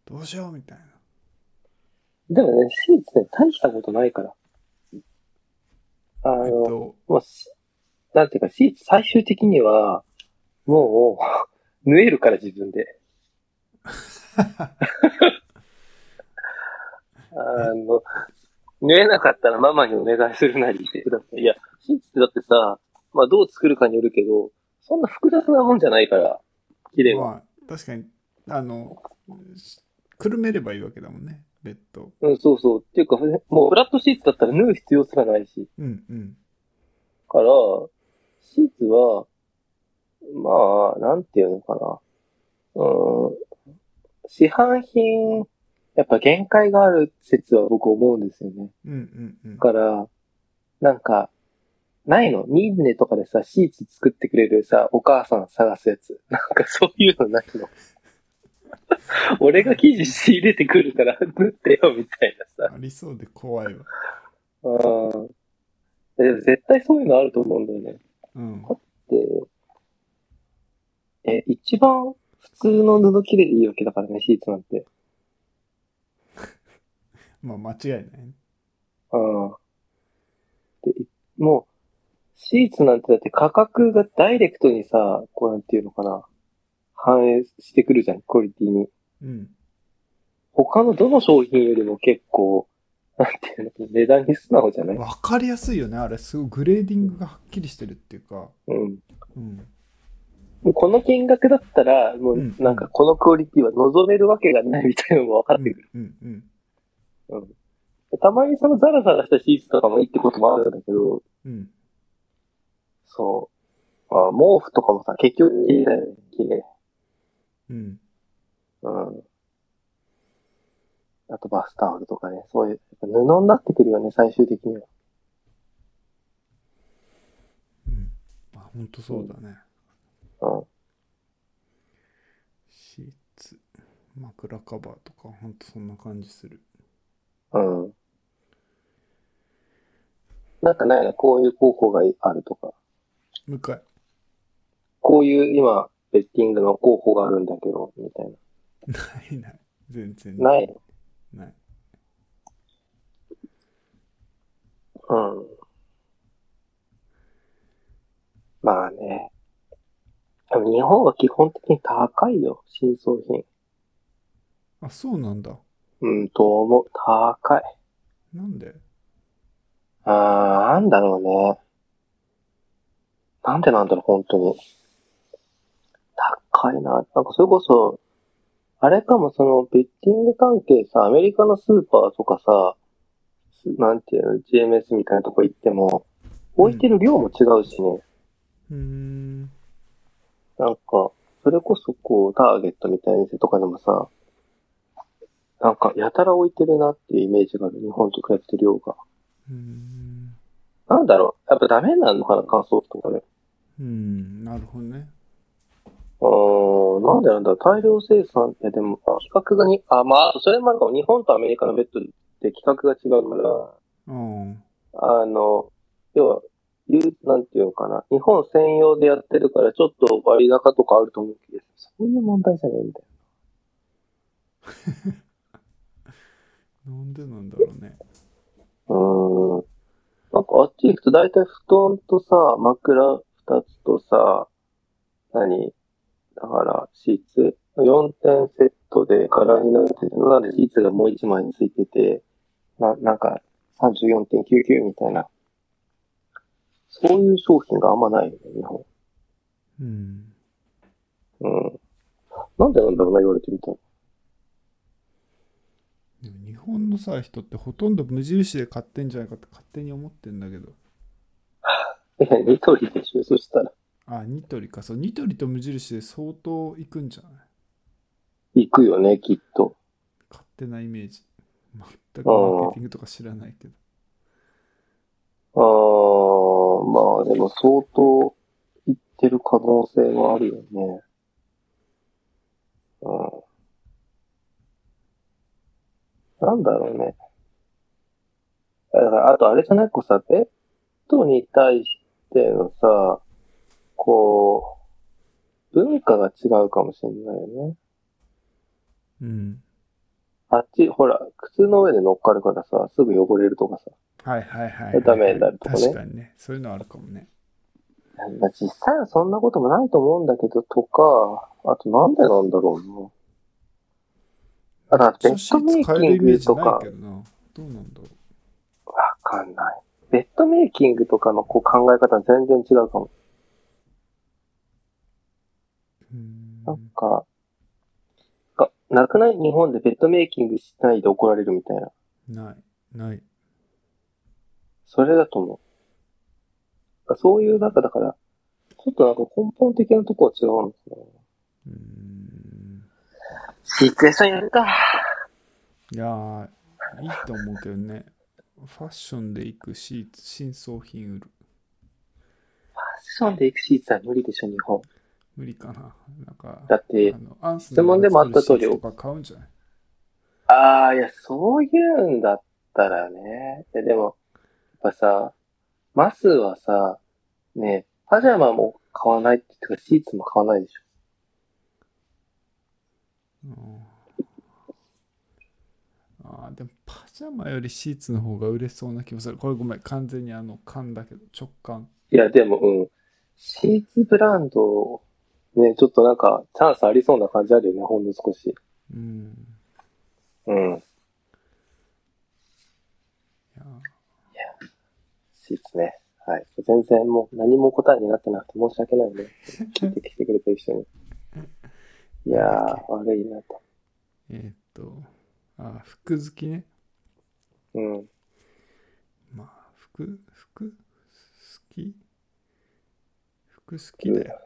Speaker 1: どうしようみたいな
Speaker 2: でもね、シーツね、大したことないから。あ
Speaker 1: えっ
Speaker 2: の、
Speaker 1: と
Speaker 2: もうし、なんていうか、シーツ最終的には、もう、 縫えるから自分 で。あの、縫えなかったらママにお願いするなりしてください。いや、シーツってだってさ、まあどう作るかによるけど、そんな複雑なもんじゃないから、綺麗は。
Speaker 1: まあ確かにあのしくるめればいいわけだもんねベッド
Speaker 2: うん、そうそう。っていうか、もうフラットシーツだったら縫う必要すらないし。
Speaker 1: うんうん
Speaker 2: から、シーツは、まあ、なんていうのかな。うん、市販品、やっぱ限界がある説は僕思うんですよね。
Speaker 1: うんうんうん
Speaker 2: だから、なんか、ないのミーネとかでさ、シーツ作ってくれるさ、お母さん探すやつ。なんかそういうのないの 俺が生地仕入れてくるから、縫ってよ、みたいなさ。
Speaker 1: ありそうで怖いわ
Speaker 2: うん。でも絶対そういうのあると思うんだよね。
Speaker 1: うん
Speaker 2: で、え、一番普通の布切れでいいわけだからね、シーツなんて。
Speaker 1: まあ間違いない
Speaker 2: うん。で、いもう、シーツなんてだって価格がダイレクトにさ、こうなんていうのかな、反映してくるじゃん、クオリティに。
Speaker 1: うん
Speaker 2: 他のどの商品よりも結構、なんていうの、値段に素直じゃない
Speaker 1: わかりやすいよねあれすごいグレーディングがはっきりしてるっていうか
Speaker 2: うん。
Speaker 1: うん
Speaker 2: もうこの金額だったら、も
Speaker 1: うん
Speaker 2: うなんかこのクオリティは望めるわけがないみたいなのも分か
Speaker 1: う
Speaker 2: ってくる
Speaker 1: んうんうん
Speaker 2: でたまにそのザラザラしたシーツとかもいいってこともあるんだけど、
Speaker 1: うん
Speaker 2: そう。まあ、毛布とかもさ、結局綺麗だよね、綺麗。
Speaker 1: うん
Speaker 2: うん。あとバスタオルとかね、そういう、やっぱ布になってくるよね、最終的には。
Speaker 1: うんまあほんとそうだね
Speaker 2: うん。
Speaker 1: シーツ枕カバーとかほんとそんな感じする
Speaker 2: うん。なんかないな、こういう候補があるとか。
Speaker 1: 向かい
Speaker 2: こういう今、ベッティングの候補があるんだけど、みたいな。
Speaker 1: ないない全然い
Speaker 2: ない。
Speaker 1: ない
Speaker 2: うん。まあね。でも日本は基本的に高いよ、新商品。
Speaker 1: あそうなんだ
Speaker 2: うん、と思う。高い。
Speaker 1: なんで
Speaker 2: あー、なんだろうね。なんでなんだろう、本当に。高いな。なんかそれこそ、あれかも、その、ベッティング関係さ、アメリカのスーパーとかさ、すなんていうの、GMS みたいなとこ行っても、置いてる量も違うしね。
Speaker 1: うーん。
Speaker 2: なんか、それこそこう、ターゲットみたいな店とかでもさ、なんか、やたら置いてるなっていうイメージがある。日本と比べて量が。
Speaker 1: うーん。
Speaker 2: なんだろう。やっぱダメなのかな、乾燥機とかで。
Speaker 1: うん。なるほどね。
Speaker 2: あーなんでなんだろう。大量生産ってでも、あ規格がに、あ、まあ、それもあるかも。日本とアメリカのベッドって規格が違うから、
Speaker 1: うん。
Speaker 2: あの、要は、言う、なんていうのかな。日本専用でやってるから、ちょっと割高とかあると思うけど、そういう問題じゃないみたい
Speaker 1: なんでなんだろうね。
Speaker 2: な。うーん。なんかあっち行くと大体布団とさ、枕二つとさ、何だから、シーツ。4点セットで空になってるのなんでシーツがもう1枚についてて、な、なんか34.99みたいな。そういう商品があんまないよね、日本。
Speaker 1: うん。
Speaker 2: うん。なんでなんだろうな、言われてみたら。
Speaker 1: でも日本のさ、人ってほとんど無印で買ってんじゃないかって勝手に思ってんだけど。
Speaker 2: いや、ニトリでしょ、そしたら。
Speaker 1: あ、ニトリか。そう、ニトリと無印で相当行くんじゃない
Speaker 2: 行くよね、きっと。
Speaker 1: 勝手なイメージ。全くマーケティングとか知らないけど。
Speaker 2: あー、まあでも相当行ってる可能性はあるよね。うん。なんだろうね。だから、あとあれじゃないこうさ、ベッドに対してのさ、こう、文化が違うかもしれないよね。
Speaker 1: うん。
Speaker 2: あっち、ほら、靴の上で乗っかるからさ、すぐ汚れるとかさ。
Speaker 1: はいはいはい、はい。
Speaker 2: ダメになるとかね
Speaker 1: 確かにね。そういうのあるかもね。
Speaker 2: まあ実際はそんなこともないと思うんだけど、とか、あとなんでなんだろうな。だから、ベッドメイキングとか、
Speaker 1: ない
Speaker 2: わ
Speaker 1: けどな。どうなんだろう。
Speaker 2: かんない。ベッドメイキングとかのこう考え方全然違うかも。
Speaker 1: うーん
Speaker 2: なんか、がなくない日本でベッドメイキングしないで怒られるみたいな。
Speaker 1: ない。ない。
Speaker 2: それだと思う。そういう、なんかだから、ちょっとなんか根本的なとこは違うのかな。
Speaker 1: うーん。
Speaker 2: シークエストやるか。
Speaker 1: いやー、いいと思うけどね。ファッションで行くし、新装品売る。
Speaker 2: ファッションで行くシーツは無理でしょ、日本。
Speaker 1: 無理かな。なんか、
Speaker 2: だって
Speaker 1: あ、のアンス
Speaker 2: 質問でもあった通
Speaker 1: の
Speaker 2: り
Speaker 1: シーツとか買うんじゃない
Speaker 2: ああ、いや、そういうんだったらね。いや、でも、やっぱさ、マスはさ、ね、パジャマも買わないっていうか、シーツも買わないでしょ。
Speaker 1: うんあーでもパジャマよりシーツの方が売れそうな気もする。これごめん、完全にあの勘だけど、直感。
Speaker 2: いや、でも、うん。シーツブランド、ね、ちょっとなんか、チャンスありそうな感じあるよね、ほんの少し。
Speaker 1: うん。
Speaker 2: うん。
Speaker 1: いやー
Speaker 2: シーツね。はい。全然もう何も答えになってなくて申し訳ないね。聞いてきてくれてる人に。いやー、悪いなと。
Speaker 1: えーっと、あー、服好きね。
Speaker 2: うん。
Speaker 1: まあ、服、服、好き服好きだよ。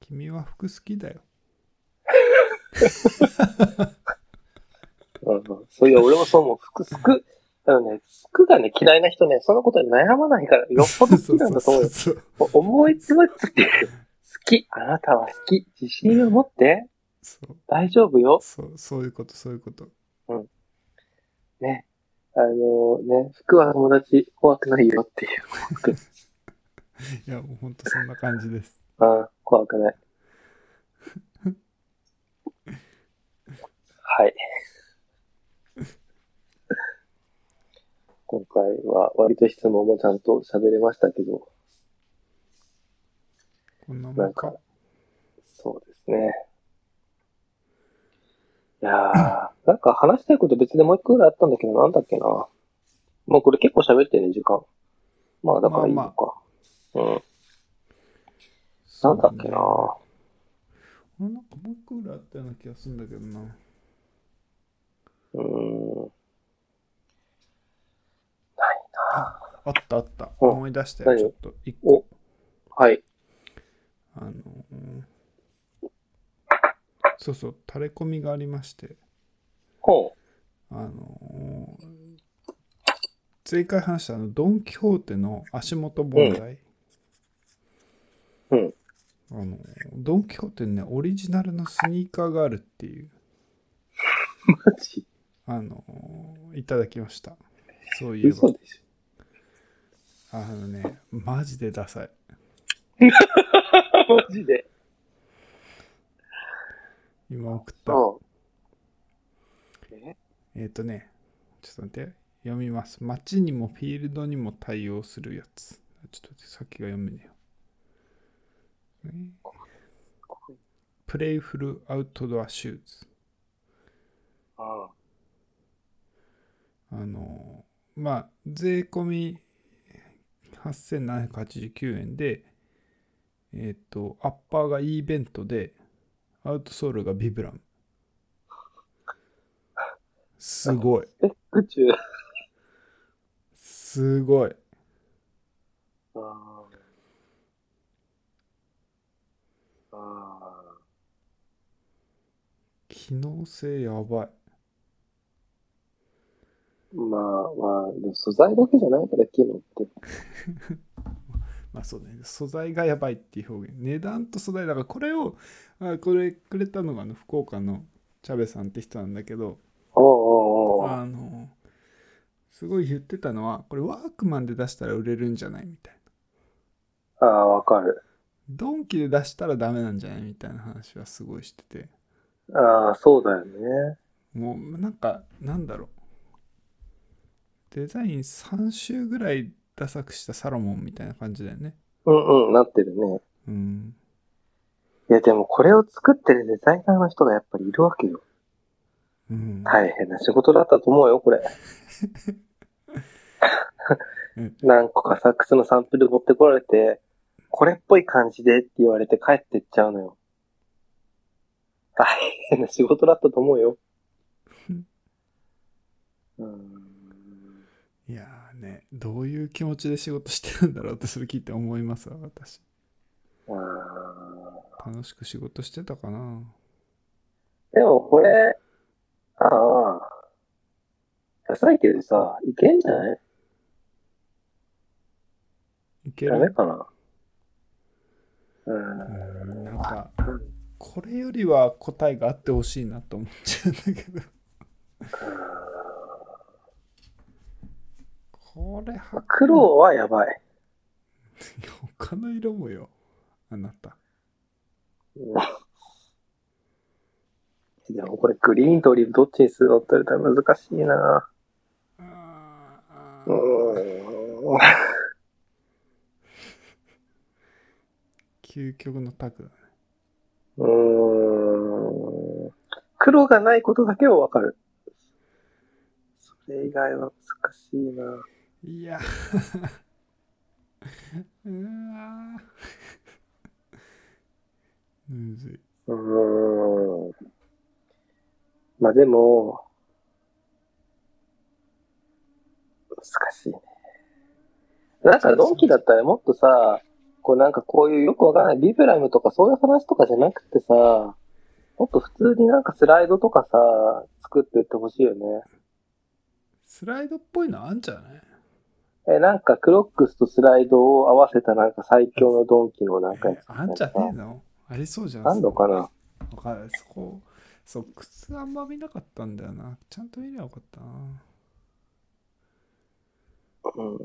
Speaker 1: 君は服好きだよ。
Speaker 2: うんうん、そういや、俺もそう思う。服、服、あのね、服がね、嫌いな人ね、そのことに悩まないから、よっぽど好きなんだと思うよ。
Speaker 1: そうそう
Speaker 2: もう思い詰まっちゃってる。好き、あなたは好き、自信を持って、
Speaker 1: そう
Speaker 2: 大丈夫よ。
Speaker 1: そうそうそういうこと、そういうこと。
Speaker 2: ね。あのね、服は友達怖くないよっていう。
Speaker 1: いや、もうほんとそんな感じです。
Speaker 2: ああ、怖くない。 はい。今回は割と質問もちゃんと喋れましたけど、
Speaker 1: こんなもんか。
Speaker 2: そうですね。いやー、なんか話したいこと別でもう一個ぐらいあったんだけど、なんだっけな。もうこれ結構喋ってるね、時間。まあだからいいのか。うん。なんだっけな。
Speaker 1: そうね。なんかもう一個ぐらいあったような気がするんだけどな。
Speaker 2: うーん。
Speaker 1: あったあった。
Speaker 2: うん
Speaker 1: 思い出したよ、
Speaker 2: 何
Speaker 1: ちょっと。一個。
Speaker 2: はい。
Speaker 1: あのーそうそう、垂れ込みがありまして、
Speaker 2: ほ
Speaker 1: あのー前回話したあの、ドン・キホーテの足元問題。
Speaker 2: う。うん。
Speaker 1: あのードン・キホーテにね、オリジナルのスニーカーがあるっていう、
Speaker 2: マジ
Speaker 1: あのーいただきました。そういえば
Speaker 2: 嘘。でし
Speaker 1: あのね、マジでダサい。
Speaker 2: ょマジで。
Speaker 1: 今送った。
Speaker 2: うん。え
Speaker 1: えっ、とね、ちょっと待って、読みます。街にもフィールドにも対応するやつ。ちょっと待って、先が読めねえよ。えープレイフルアウトドアシューズ。
Speaker 2: あ
Speaker 1: あのーまあ、税込み8789円で、えっ、と、アッパーが E ベントで、アウトソールがビブラム。すごい。
Speaker 2: あ。宇宙。
Speaker 1: すごい。
Speaker 2: ああ。ああ。
Speaker 1: 機能性やばい。
Speaker 2: まあまあ、でも素材だけじゃないから、機能って。
Speaker 1: まあそうね、素材がやばいっていう表現。値段と素材だから、これを、あこれくれたのがあの福岡のチャベさんって人なんだけど、
Speaker 2: おうおうおう
Speaker 1: あの、すごい言ってたのは、これワークマンで出したら売れるんじゃないみたいな。
Speaker 2: ああ、わかる。
Speaker 1: ドンキで出したらダメなんじゃないみたいな話はすごいしてて、
Speaker 2: ああ、そうだよね。
Speaker 1: もうなんか、なんだろう。デザイン3周ぐらいダサくしたサロモンみたいな感じだよね。
Speaker 2: うんうん、なってるね。
Speaker 1: うん。
Speaker 2: いや、でもこれを作ってるデザイナーの人がやっぱりいるわけよ。
Speaker 1: うん。
Speaker 2: 大変な仕事だったと思うよ、これ
Speaker 1: うん。
Speaker 2: 何個かサックスのサンプル持ってこられて、これっぽい感じでって言われて帰ってっちゃうのよ。大変な仕事だったと思うよ。うん
Speaker 1: いやーね、どういう気持ちで仕事してるんだろうってそれ聞いて思いますわ、私。
Speaker 2: あー
Speaker 1: 楽しく仕事してたかな
Speaker 2: でもこれ、ああ、ダサいけどさ、いけんじゃない
Speaker 1: いけ
Speaker 2: ダメ
Speaker 1: る
Speaker 2: かな
Speaker 1: う
Speaker 2: う。
Speaker 1: んん、なんか、これよりは答えがあってほしいなと思っちゃうんだけど。これは、
Speaker 2: 黒はやばい。
Speaker 1: いや他の色もよ、あなた。
Speaker 2: でもこれグリーンとオリーブどっちにするのって言われたら難しいな
Speaker 1: あ
Speaker 2: う
Speaker 1: ー
Speaker 2: ーん。
Speaker 1: 究極のタグだね。
Speaker 2: うーん。黒がないことだけはわかる。それ以外は難しいない
Speaker 1: やーうわーむずい。
Speaker 2: うーん。まあでも、難しいね。なんか、ドンキだったらもっとさ、こうなんかこういうよくわからないビブラムとかそういう話とかじゃなくてさ、もっと普通になんかスライドとかさ、作ってってほしいよね。
Speaker 1: スライドっぽいのあんじゃない
Speaker 2: え、なんかクロックスとスライドを合わせたなんか最強のドンキのなんかや
Speaker 1: え
Speaker 2: つ
Speaker 1: ーあんじゃねえのありそうじゃん。
Speaker 2: あんのかな
Speaker 1: わかんないそこ、そう、靴あんま見なかったんだよな。ちゃんと見ればよかったな。
Speaker 2: うん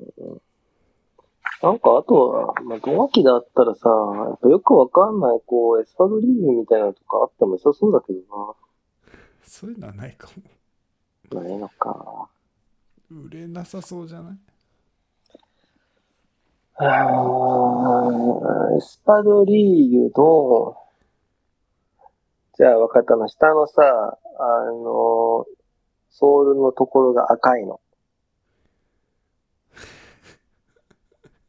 Speaker 2: なんか、あとは、まあ、同期だったらさ、やっぱよくわかんない、こう、エスパドリーグみたいなのとかあっても良さそうだけど
Speaker 1: そういうのはないか
Speaker 2: な。ないのか。
Speaker 1: も。売れなさそうじゃない
Speaker 2: うーんエスパドリーグの、じゃあ、わかったあの。下のさ、あの、ソールのところが赤いの。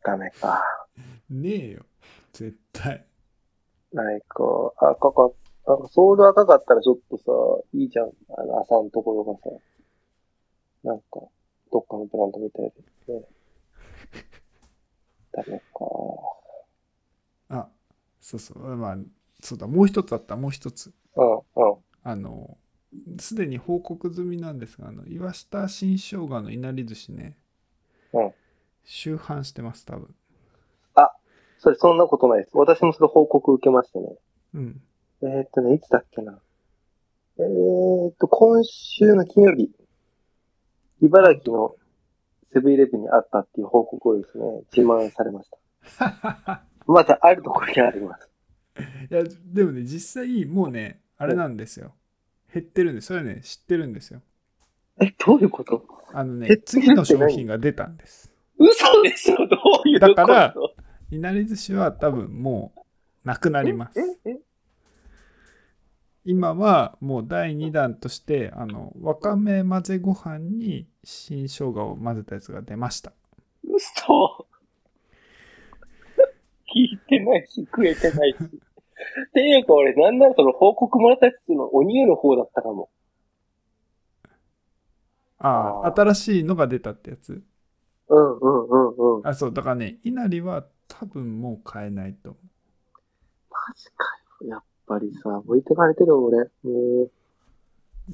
Speaker 2: ダメか。
Speaker 1: ねえよ。絶対。
Speaker 2: なんか、赤かった、なんかソール赤かったらちょっとさ、いいじゃん。あの、朝のところがさ、なんか、どっかのブランドみたいで。ったのか。
Speaker 1: あそうそうまあそうだもう一つあったもう一つ
Speaker 2: うん、うん。
Speaker 1: あのすでに報告済みなんですがあの岩下新生姜のいなり寿司ね、
Speaker 2: うん
Speaker 1: 周販してます多分
Speaker 2: それ、そんなことないです。私もそれ報告受けましたね。
Speaker 1: うん
Speaker 2: えー、っとね、いつだっけな。えー、っと、今週の金曜日、茨城のセブンイレブンにあったっていう報告をですね、自慢されました。またあるところにあります。
Speaker 1: いやでもね実際もうねあれなんですよ減ってるんですそれはね知ってるんですよ
Speaker 2: え、どういうこと
Speaker 1: あの
Speaker 2: 減
Speaker 1: ね
Speaker 2: ってるって
Speaker 1: 次の商品が出たんです
Speaker 2: 嘘でしょどういうこと
Speaker 1: だからいなり寿司は多分もうなくなります
Speaker 2: えええ
Speaker 1: 今はもう第2弾としてあのわかめ混ぜご飯に新生姜を混ぜたやつが出ました
Speaker 2: 嘘 聞いてないし、食えてないし。 っていうか、俺、なんならその報告もらったやつのお乳の方だったかも。
Speaker 1: あ
Speaker 2: あ
Speaker 1: あ
Speaker 2: ー
Speaker 1: 新しいのが出たってやつ
Speaker 2: うんうんうんうん。マ
Speaker 1: あそうだからねいなりは多分もう買えないと思
Speaker 2: ジかよ。やっぱりさ、向いてかれてる俺。もう、
Speaker 1: う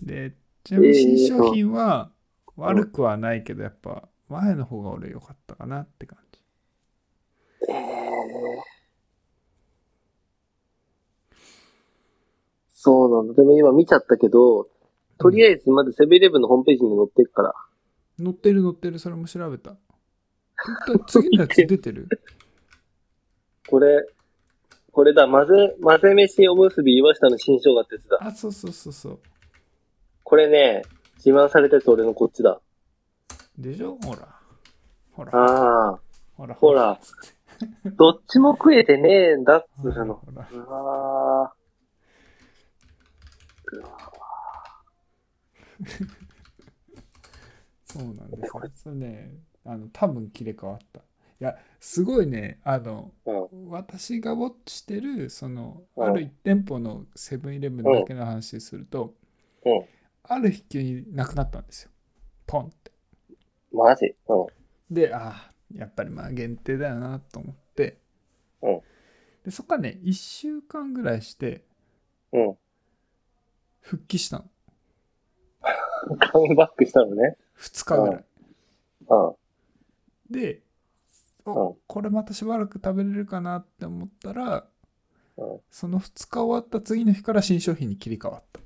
Speaker 1: でちなみに
Speaker 2: えー
Speaker 1: 新
Speaker 2: と
Speaker 1: 商品は悪くはないけどやっぱ前の方が俺良かったかなって感じ
Speaker 2: ええそうなんだ。でも今見ちゃったけど、とりあえずまずセブンイレブンのホームページに載ってるから。
Speaker 1: 載ってる載ってるそれも調べた本当に次のやつ出て る
Speaker 2: これ、これだ。混ぜ、混ぜ飯おむすび岩下の新生姜ってやつだ。
Speaker 1: あそうそうそうそう
Speaker 2: これね、自慢されたやつ俺のこっちだ。
Speaker 1: でしょほらほら
Speaker 2: ああ、
Speaker 1: ほら
Speaker 2: ほら
Speaker 1: つって
Speaker 2: どっちも食えてねえんだっつ
Speaker 1: ほら
Speaker 2: うの。
Speaker 1: ほら
Speaker 2: うわ
Speaker 1: そうなんですよ。それね、あの多分切れ替わった。いや、すごいね、あの、
Speaker 2: ー
Speaker 1: 私がウォッチしてる、その、
Speaker 2: うん
Speaker 1: ある一店舗のセブンイレブンだけの話すると、
Speaker 2: うん
Speaker 1: ある日急になくなったんですよ。ポンって。
Speaker 2: うん。マジうん。
Speaker 1: で、ああ、やっぱりまあ限定だよなと思って。
Speaker 2: うん
Speaker 1: で、そっからね、1週間ぐらいして
Speaker 2: うん。
Speaker 1: 復帰したの。
Speaker 2: カムバックしたのね。
Speaker 1: 2日ぐらい。
Speaker 2: うん。
Speaker 1: で、
Speaker 2: う
Speaker 1: お
Speaker 2: ん
Speaker 1: これまたしばらく食べれるかなって思ったら、
Speaker 2: うん
Speaker 1: その2日終わった次の日から新商品に切り替わった。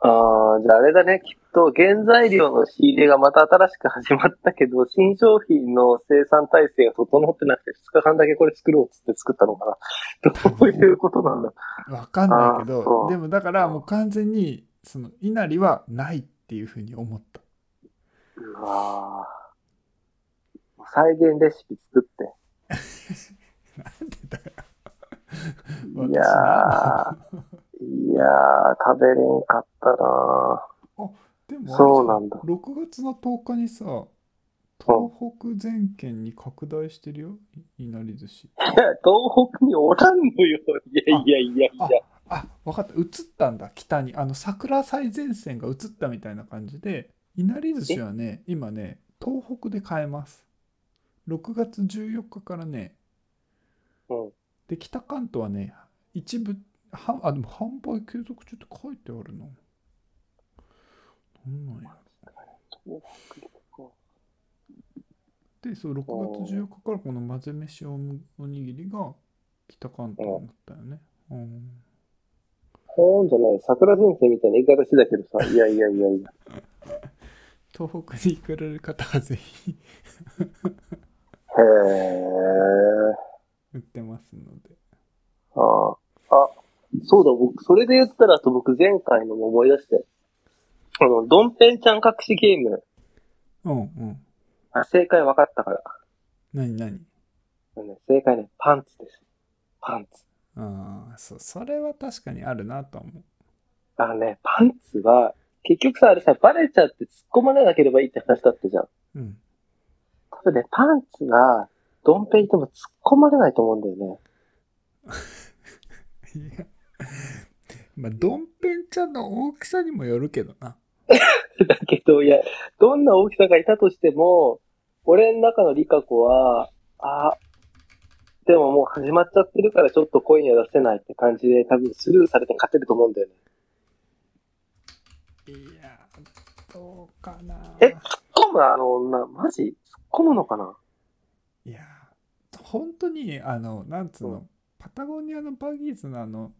Speaker 2: ああ、じゃああれだね。きっと原材料の仕入れがまた新しく始まったけど、新商品の生産体制が整ってなくて、2日間だけこれ作ろうっつって作ったのかな。どういうことなんだ。
Speaker 1: わかんないけ
Speaker 2: あーそ
Speaker 1: ど、
Speaker 2: う
Speaker 1: でもだからもう完全に、その、稲荷はないっていうふうに思った。
Speaker 2: うわー再現レシピ作って。
Speaker 1: なんでだよ。
Speaker 2: いや
Speaker 1: 私
Speaker 2: いやー、食べれんかったな
Speaker 1: でもあれじゃ
Speaker 2: そうなんだ。
Speaker 1: 6月の10日にさ、東北全県に拡大してるよ、いなり寿司。
Speaker 2: いや、東北におらんのよ。いやいやいやいや。
Speaker 1: あ分かった移ったんだ北にあの桜最前線が移ったみたいな感じでいなり寿司はね今ね東北で買えます6月14日からね
Speaker 2: うん。
Speaker 1: で北関東はね一部はあでも販売継続中って書いてあるななんなんやでそう6月14日からこの混ぜ飯おむおにぎりが北関東になったよねうん
Speaker 2: ほーんじゃない。桜先生みたいな言い方してたけどさ。いやいやいやいや。
Speaker 1: 東北に行かれる方はぜひ
Speaker 2: へー。
Speaker 1: 売ってますので
Speaker 2: ああ。あ、そうだ、僕、それで言ったら、あと僕前回のも思い出して。あの、ドンペンちゃん隠しゲーム。
Speaker 1: うんうん
Speaker 2: あ、正解分かったから。
Speaker 1: 何何
Speaker 2: あのね正解ね、パンツです。パンツ。
Speaker 1: ああ、そう、それは確かにあるなとは思う。
Speaker 2: あのね、パンツは、結局さ、あれさ、バレちゃって突っ込まれなければいいって話だったじゃん。
Speaker 1: うん。
Speaker 2: 多分ね、パンツが、ドンペンいても突っ込まれないと思うんだよね。
Speaker 1: いや、まあ、ドンペンちゃんの大きさにもよるけどな。
Speaker 2: だけど、いや、どんな大きさがいたとしても、俺の中のリカ子は、あ、でももう始まっちゃってるからちょっと声には出せないって感じで多分スルーされて勝てると思うんだよね。
Speaker 1: いやー、どうかな。
Speaker 2: え突っ込むあの女、マジ突っ込むのかない
Speaker 1: やー、本当に、あの、なんつうの、
Speaker 2: うん
Speaker 1: パタゴニアのバギーズのあの、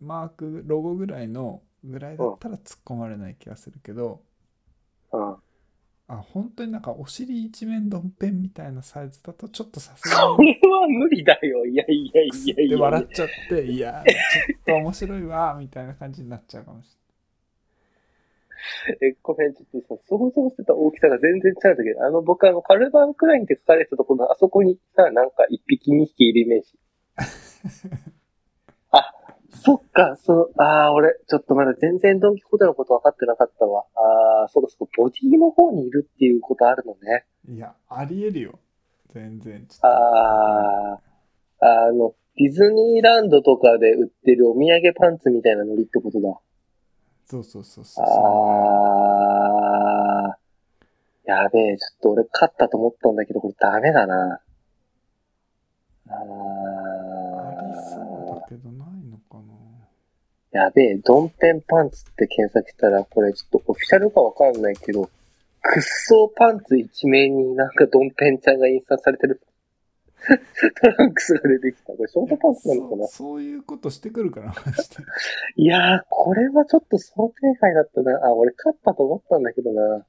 Speaker 1: マーク、ロゴぐらいの、ぐらいだったら突っ込まれない気がするけど、
Speaker 2: うん。
Speaker 1: あ、本当になんかお尻一面どんぺんみたいなサイズだと、ちょっとさすが
Speaker 2: そ
Speaker 1: に。
Speaker 2: れは無理だよ。いやい やいやい
Speaker 1: で
Speaker 2: や
Speaker 1: 笑っちゃって、いやー、ちょっと面白いわー、みたいな感じになっちゃうかもし
Speaker 2: え、ごめん、ちょっとさ、想像してた大きさが全然違うんだけど、あの、僕あの、カルバンクラインって書かれてたところのあそこにさ、なんか一匹二匹いるイメージ。 あ、そっか、そう、ああ、俺、ちょっとまだ全然ドンキホーテのこと分かってなかったわ。ああ、そうかそうか、ボディの方にいるっていうことあるのね。
Speaker 1: れない。いや、ありえるよ。全然。ちょっと
Speaker 2: ああ、あの、ディズニーランドとかで売ってるお土産パンツみたいなノリってことだ。
Speaker 1: そうそうそうそうそう。
Speaker 2: あー。やべえ、ちょっと俺勝ったと思ったんだけど、これダメだな。あ
Speaker 1: あり
Speaker 2: ー
Speaker 1: そうだけど、ないのかな。
Speaker 2: やべえ、ドンペンパンツって検索したら、これちょっとオフィシャルかわかんないけど、くっそーパンツ一面になんかドンペンちゃんが印刷されてる。 トランクスが出てきた。これショートパンツなのか
Speaker 1: そ
Speaker 2: な
Speaker 1: うそういうことしてくるから、マジで。
Speaker 2: いやー、これはちょっと想定外だったな。あ、俺勝ったと思ったんだけどな。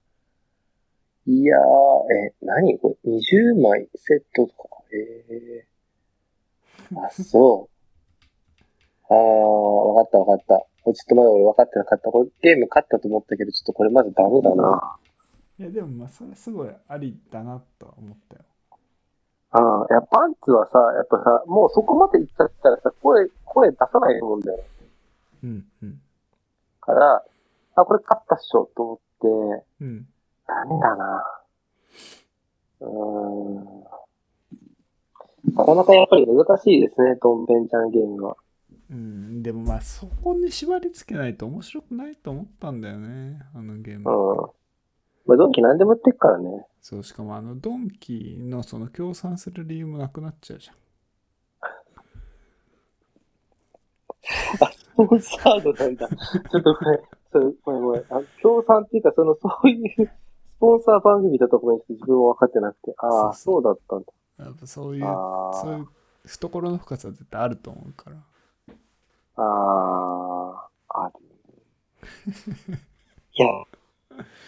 Speaker 2: いやー、え、何これ ?20 枚セットとか。えー。 あ、そう。あー、わかったわかった。これちょっとまだ俺分かってなかった。これゲーム勝ったと思ったけど、ちょっとこれまずダメだな。
Speaker 1: いや、でもまあ、それはすごいありだなとは思ったよ。
Speaker 2: ああ、いや、パンツはさ、やっぱさ、もうそこまでいっちゃったらさ、声、声出さないもんだよ。
Speaker 1: うん、うん。
Speaker 2: から、あ、これ勝ったっしょと思って、
Speaker 1: うん。
Speaker 2: ダメだな。うーん。なかなかやっぱり難しいですね、ドンペンちゃんゲームは。
Speaker 1: うん、でもまあ、そこに縛り付けないと面白くないと思ったんだよね、あのゲー
Speaker 2: う
Speaker 1: ム。
Speaker 2: ん。まあ、ドンキ何でも売ってっから ね。
Speaker 1: そう、しかもあの、ドンキのその協賛する理由もなくなっちゃうじゃん。
Speaker 2: ソーサードなんだ。ちょっとこれ、それ、ごめんごめん。あ協賛っていうか、その、そういう、スポンサー番組だとごめんなさい自分も分かってなくて。ああ、
Speaker 1: そ
Speaker 2: そうだったんだ。
Speaker 1: やっぱそういう、
Speaker 2: あ
Speaker 1: そうい
Speaker 2: ー
Speaker 1: う懐の深さは絶対あると思うから。
Speaker 2: あー、ある。いや。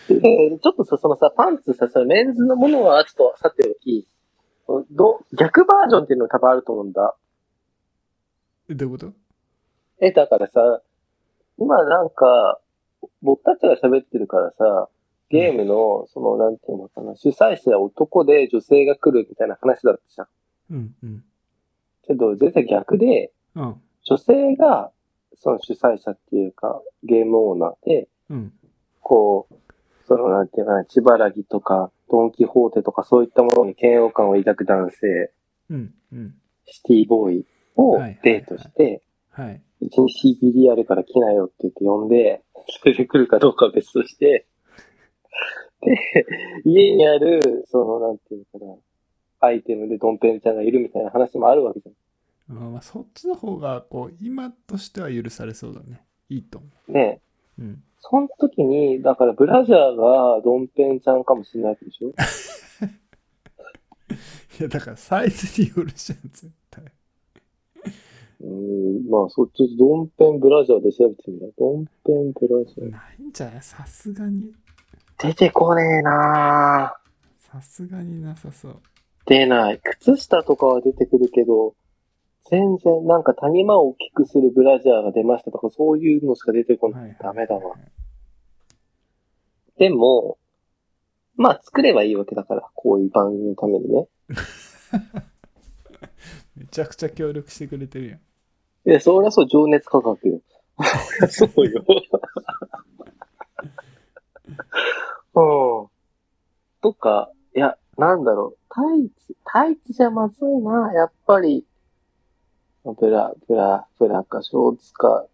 Speaker 2: えーちょっとさ、そのさ、パンツさ、そのメンズのものはちょっとさておき、ど逆バージョンっていうの多分あると思うんだ。
Speaker 1: え、どういうこと
Speaker 2: え、だからさ、今なんか、僕たちが喋ってるからさ、ゲームの、その、なんていうのかな、主催者は男で女性が来るみたいな話だったじゃん。
Speaker 1: うん、うん。
Speaker 2: けど、全然逆で、
Speaker 1: うん、
Speaker 2: 女性が、その主催者っていうか、ゲームオーナーで、
Speaker 1: うん。
Speaker 2: こう、その、なんていうかな、千原木とか、ドンキホーテとか、そういったものに嫌悪感を抱く男性、
Speaker 1: うん、うん。
Speaker 2: シティボーイを
Speaker 1: はい
Speaker 2: デートして、
Speaker 1: はい。
Speaker 2: うちに CBDR から来なよって言って呼んで、それで来るかどうかは別として、 で、家にある、その、なんていうのかな、アイテムでドンペンちゃんがいるみたいな話もあるわけじ
Speaker 1: うんまあ、そっちの方がこう今としては許されそうだね。いいと思
Speaker 2: ゃん。ねえ。
Speaker 1: う。うん、
Speaker 2: その時に、だからブラジャーがドンペンちゃんかもしれないわけでしょ
Speaker 1: いやだからサイズによるじゃん絶対。
Speaker 2: うん、まあ、そっち、ドンペンブラジャーで調べてみよう。ドンペンブラジャー。
Speaker 1: ないんじゃないさすがに
Speaker 2: 出てこねえなぁ。
Speaker 1: さすがになさそう。
Speaker 2: 出ない。靴下とかは出てくるけど、全然、なんか谷間を大きくするブラジャーが出ましたとか、そういうのしか出てこない。
Speaker 1: はい、
Speaker 2: ダメだわ
Speaker 1: はい。
Speaker 2: でも、まあ、作ればいいわけだから、こういう番組のためにね。
Speaker 1: めちゃくちゃ協力してくれてるやん。
Speaker 2: いや、そりゃそう、情熱価格 よ。そりゃそうよ。うん。とか、いや、なんだろう。タイツ、タイツじゃまずいな。やっぱり、ブラ、ブラ、ブラか、ショーツか、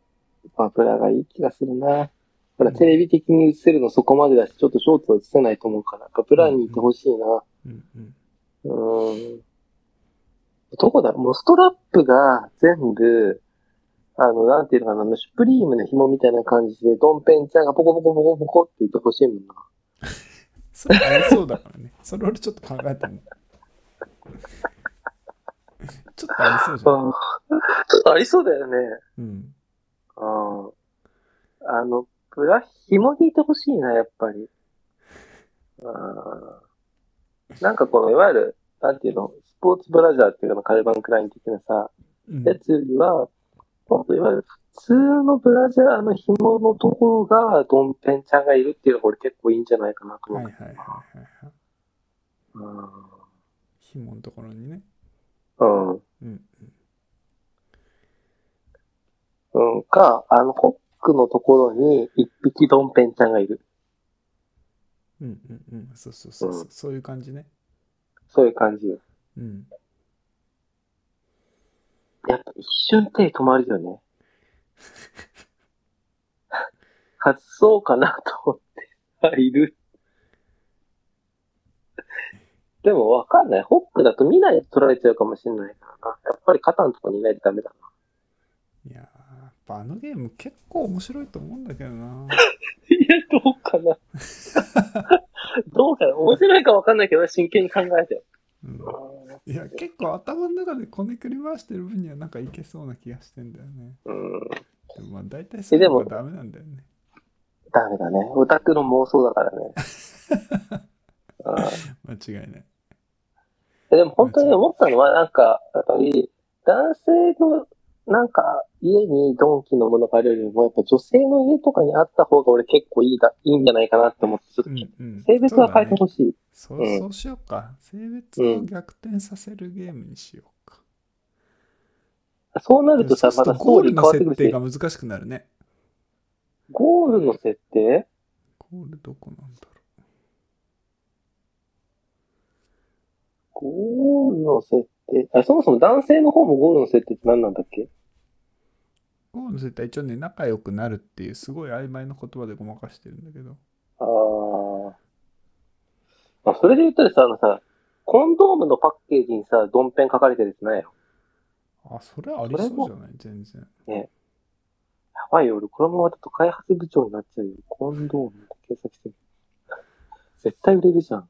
Speaker 2: まあ、ブラがいい気がするな。ほら、テレビ的に映せるのそこまでだし、ちょっとショーツは映せないと思うから、やっぱブラにいてほしいな。
Speaker 1: うんうん。
Speaker 2: うーん。どこだもうストラップが全部、あの、なんていうのかな、あのシュプリームの紐みたいな感じで、ドンペンちゃんがポコポコポコポコって言ってほしいもんな。
Speaker 1: それありそうだからね。 それ俺ちょっと考えたの。 ちょっとありそうじゃん。
Speaker 2: ああ。ちょっとありそうだよね。
Speaker 1: うん。
Speaker 2: うん。あの、ブラ紐引いてほしいな、やっぱり。あーなんかこの、いわゆる、なんていうの、スポーツブラジャーっていうかの、カルバンクライン的なさ、
Speaker 1: うん
Speaker 2: やつよりは、もっといわゆる普通のブラジャーの紐のところが、ドンペンちゃんがいるっていうのが俺結構いいんじゃないかなと
Speaker 1: は
Speaker 2: 思。
Speaker 1: いうはいはいはいはい。紐のところにね。
Speaker 2: うん。
Speaker 1: うん
Speaker 2: うん。うん。か、あの、ホックのところに一匹ドンペンちゃんがいる。
Speaker 1: うんうんうんうん。そうそうそうそう。そういう感じね。
Speaker 2: そういう感じよ。
Speaker 1: うん。
Speaker 2: やっぱ一瞬手止まるよね。 外そうかなと思って、あ、いる。でもわかんない。ホックだと見ないで取られちゃうかもしれないからな。やっぱり肩のとこにいないとダメだな。
Speaker 1: いやーやっぱあのゲーム結構面白いと思うんだけどな。
Speaker 2: いや、どうかな。 どうかな。面白いかわかんないけど、真剣に考えてよ。
Speaker 1: うんいや結構頭の中でこねくり回してる分にはなんかいけそうな気がしてんだよね。
Speaker 2: うん。
Speaker 1: でもまあ大体そういうのがダメなんだよね。
Speaker 2: ダメだね。オタクの妄想だからね。 うん
Speaker 1: 間違いない。
Speaker 2: えでも本当に思ったのは、なんか、やっぱり、男性の、なんか、家にドンキのものがあるよりも、やっぱ女性の家とかにあった方が俺結構いいだ、いいんじゃないかなって思って、ちょっと、
Speaker 1: うんうん、
Speaker 2: 性別は変えてほ
Speaker 1: しい
Speaker 2: しい。
Speaker 1: そうう,、
Speaker 2: ん
Speaker 1: そうしようか。性別を逆転させるゲームにしようか。
Speaker 2: そうなると
Speaker 1: そう
Speaker 2: さ、
Speaker 1: す
Speaker 2: ま
Speaker 1: ると
Speaker 2: たスト
Speaker 1: ゴ
Speaker 2: ー
Speaker 1: ー
Speaker 2: リ
Speaker 1: ル
Speaker 2: ー変
Speaker 1: の
Speaker 2: わって
Speaker 1: 設
Speaker 2: く
Speaker 1: 定
Speaker 2: るし
Speaker 1: が、難しくなるね。
Speaker 2: ゴールの設定
Speaker 1: ゴールどこなんだろ
Speaker 2: ゴールの設定あ、そもそも男性の方もゴールの設定って何なんだっけ
Speaker 1: う。ゴールの設定は一応ね、仲良くなるっていうすごい曖昧な言葉でごまかしてるんだけど。
Speaker 2: あーあ。それで言ったらさ、あのさ、コンドームのパッケージにさ、ドンペン書かれてるやつないよ。
Speaker 1: あ、それはありそうじゃない全然。
Speaker 2: やばいよ、俺、このままだと開発部長になっちゃうよ。コンドームと検索してみる。 絶対売れるじゃん。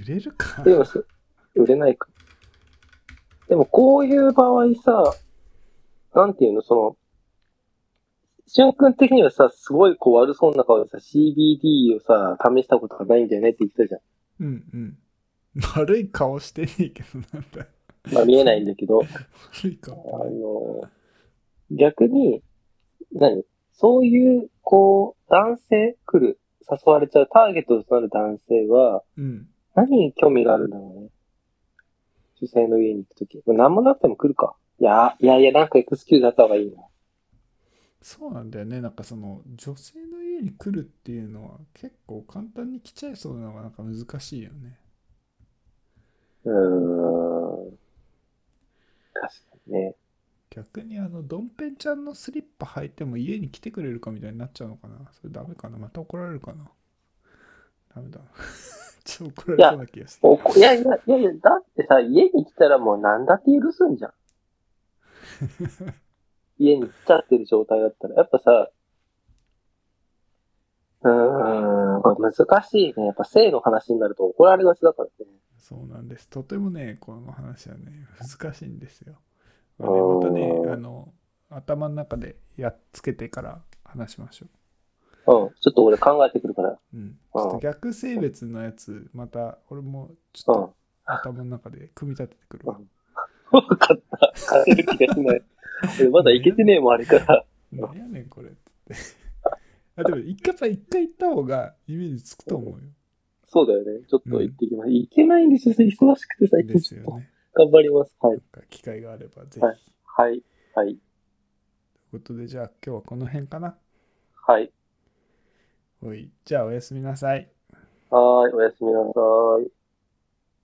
Speaker 1: 売れるか。
Speaker 2: でもそ、売れないか。でも、こういう場合さ、なんていうの、その、しゅんくん的にはさ、すごいこう悪そうな顔でさ、CBD をさ、試したことがないんだよねって言ってたじゃ
Speaker 1: うんうん。 悪い顔してねえけどなんだよ。
Speaker 2: ん。まあ見えないんだけど、
Speaker 1: 悪い
Speaker 2: あ
Speaker 1: 顔。
Speaker 2: の、逆に、何そういう、こう、男性来る、誘われちゃう、ターゲットとなる男性は、
Speaker 1: うん。
Speaker 2: 何に興味があるんだろうね。女性の家に行くとき。まあ何もなくても来るか。いや、いやいや、なんかエクスキューズあった方がいいな。
Speaker 1: そうなんだよね。なんかその女性の家に来るっていうのは結構簡単に来ちゃいそうなのがなんか難しいよね。
Speaker 2: うーん。確かにね。
Speaker 1: 逆にあのドンペンちゃんのスリッパ履いても家に来てくれるかみたいになっちゃうのかなそれダメかなまた怒られるかなダメだ。 ちょっと怒られそうな気がして。
Speaker 2: おいやいや、いやいや、だってさ、家に来たらもう何だって許すんじゃん。 家に来ちゃってる状態だったら。やっぱさ、うーん、これ難しいね。やっぱ性の話になると怒られがちだからね。
Speaker 1: そうなんです。とてもね、この話はね、難しいんですよ。
Speaker 2: あ
Speaker 1: ま
Speaker 2: ー
Speaker 1: たね、あの、頭の中でやっつけてから話しましょ
Speaker 2: うん、ちょっと俺考えてくるから。
Speaker 1: う。うん。ち
Speaker 2: あー
Speaker 1: ょっと逆性別のやつ、また俺もち
Speaker 2: う
Speaker 1: ょっ
Speaker 2: ん
Speaker 1: と。頭の中で組み立ててくるわ。
Speaker 2: わかった。勝てる気がしない。俺まだいけてねえもん、あれから。
Speaker 1: 何やねん、これ。つって。あ、でも一回、やっぱ一回行った方がイメージつくと思うよ。
Speaker 2: そうだよね。ちょっと行ってきます。いけないんですよ。忙しくて最
Speaker 1: で
Speaker 2: 近
Speaker 1: す
Speaker 2: ち
Speaker 1: よ
Speaker 2: ょっと
Speaker 1: ね。
Speaker 2: 頑張ります。は
Speaker 1: ないん。か機会があればぜひ。
Speaker 2: はい
Speaker 1: と
Speaker 2: はい。はい。
Speaker 1: いうことで、じゃあ今日はこの辺かな。
Speaker 2: はい。
Speaker 1: はい。じゃあおやすみなさい。
Speaker 2: 어,はーい。おやすみなさい。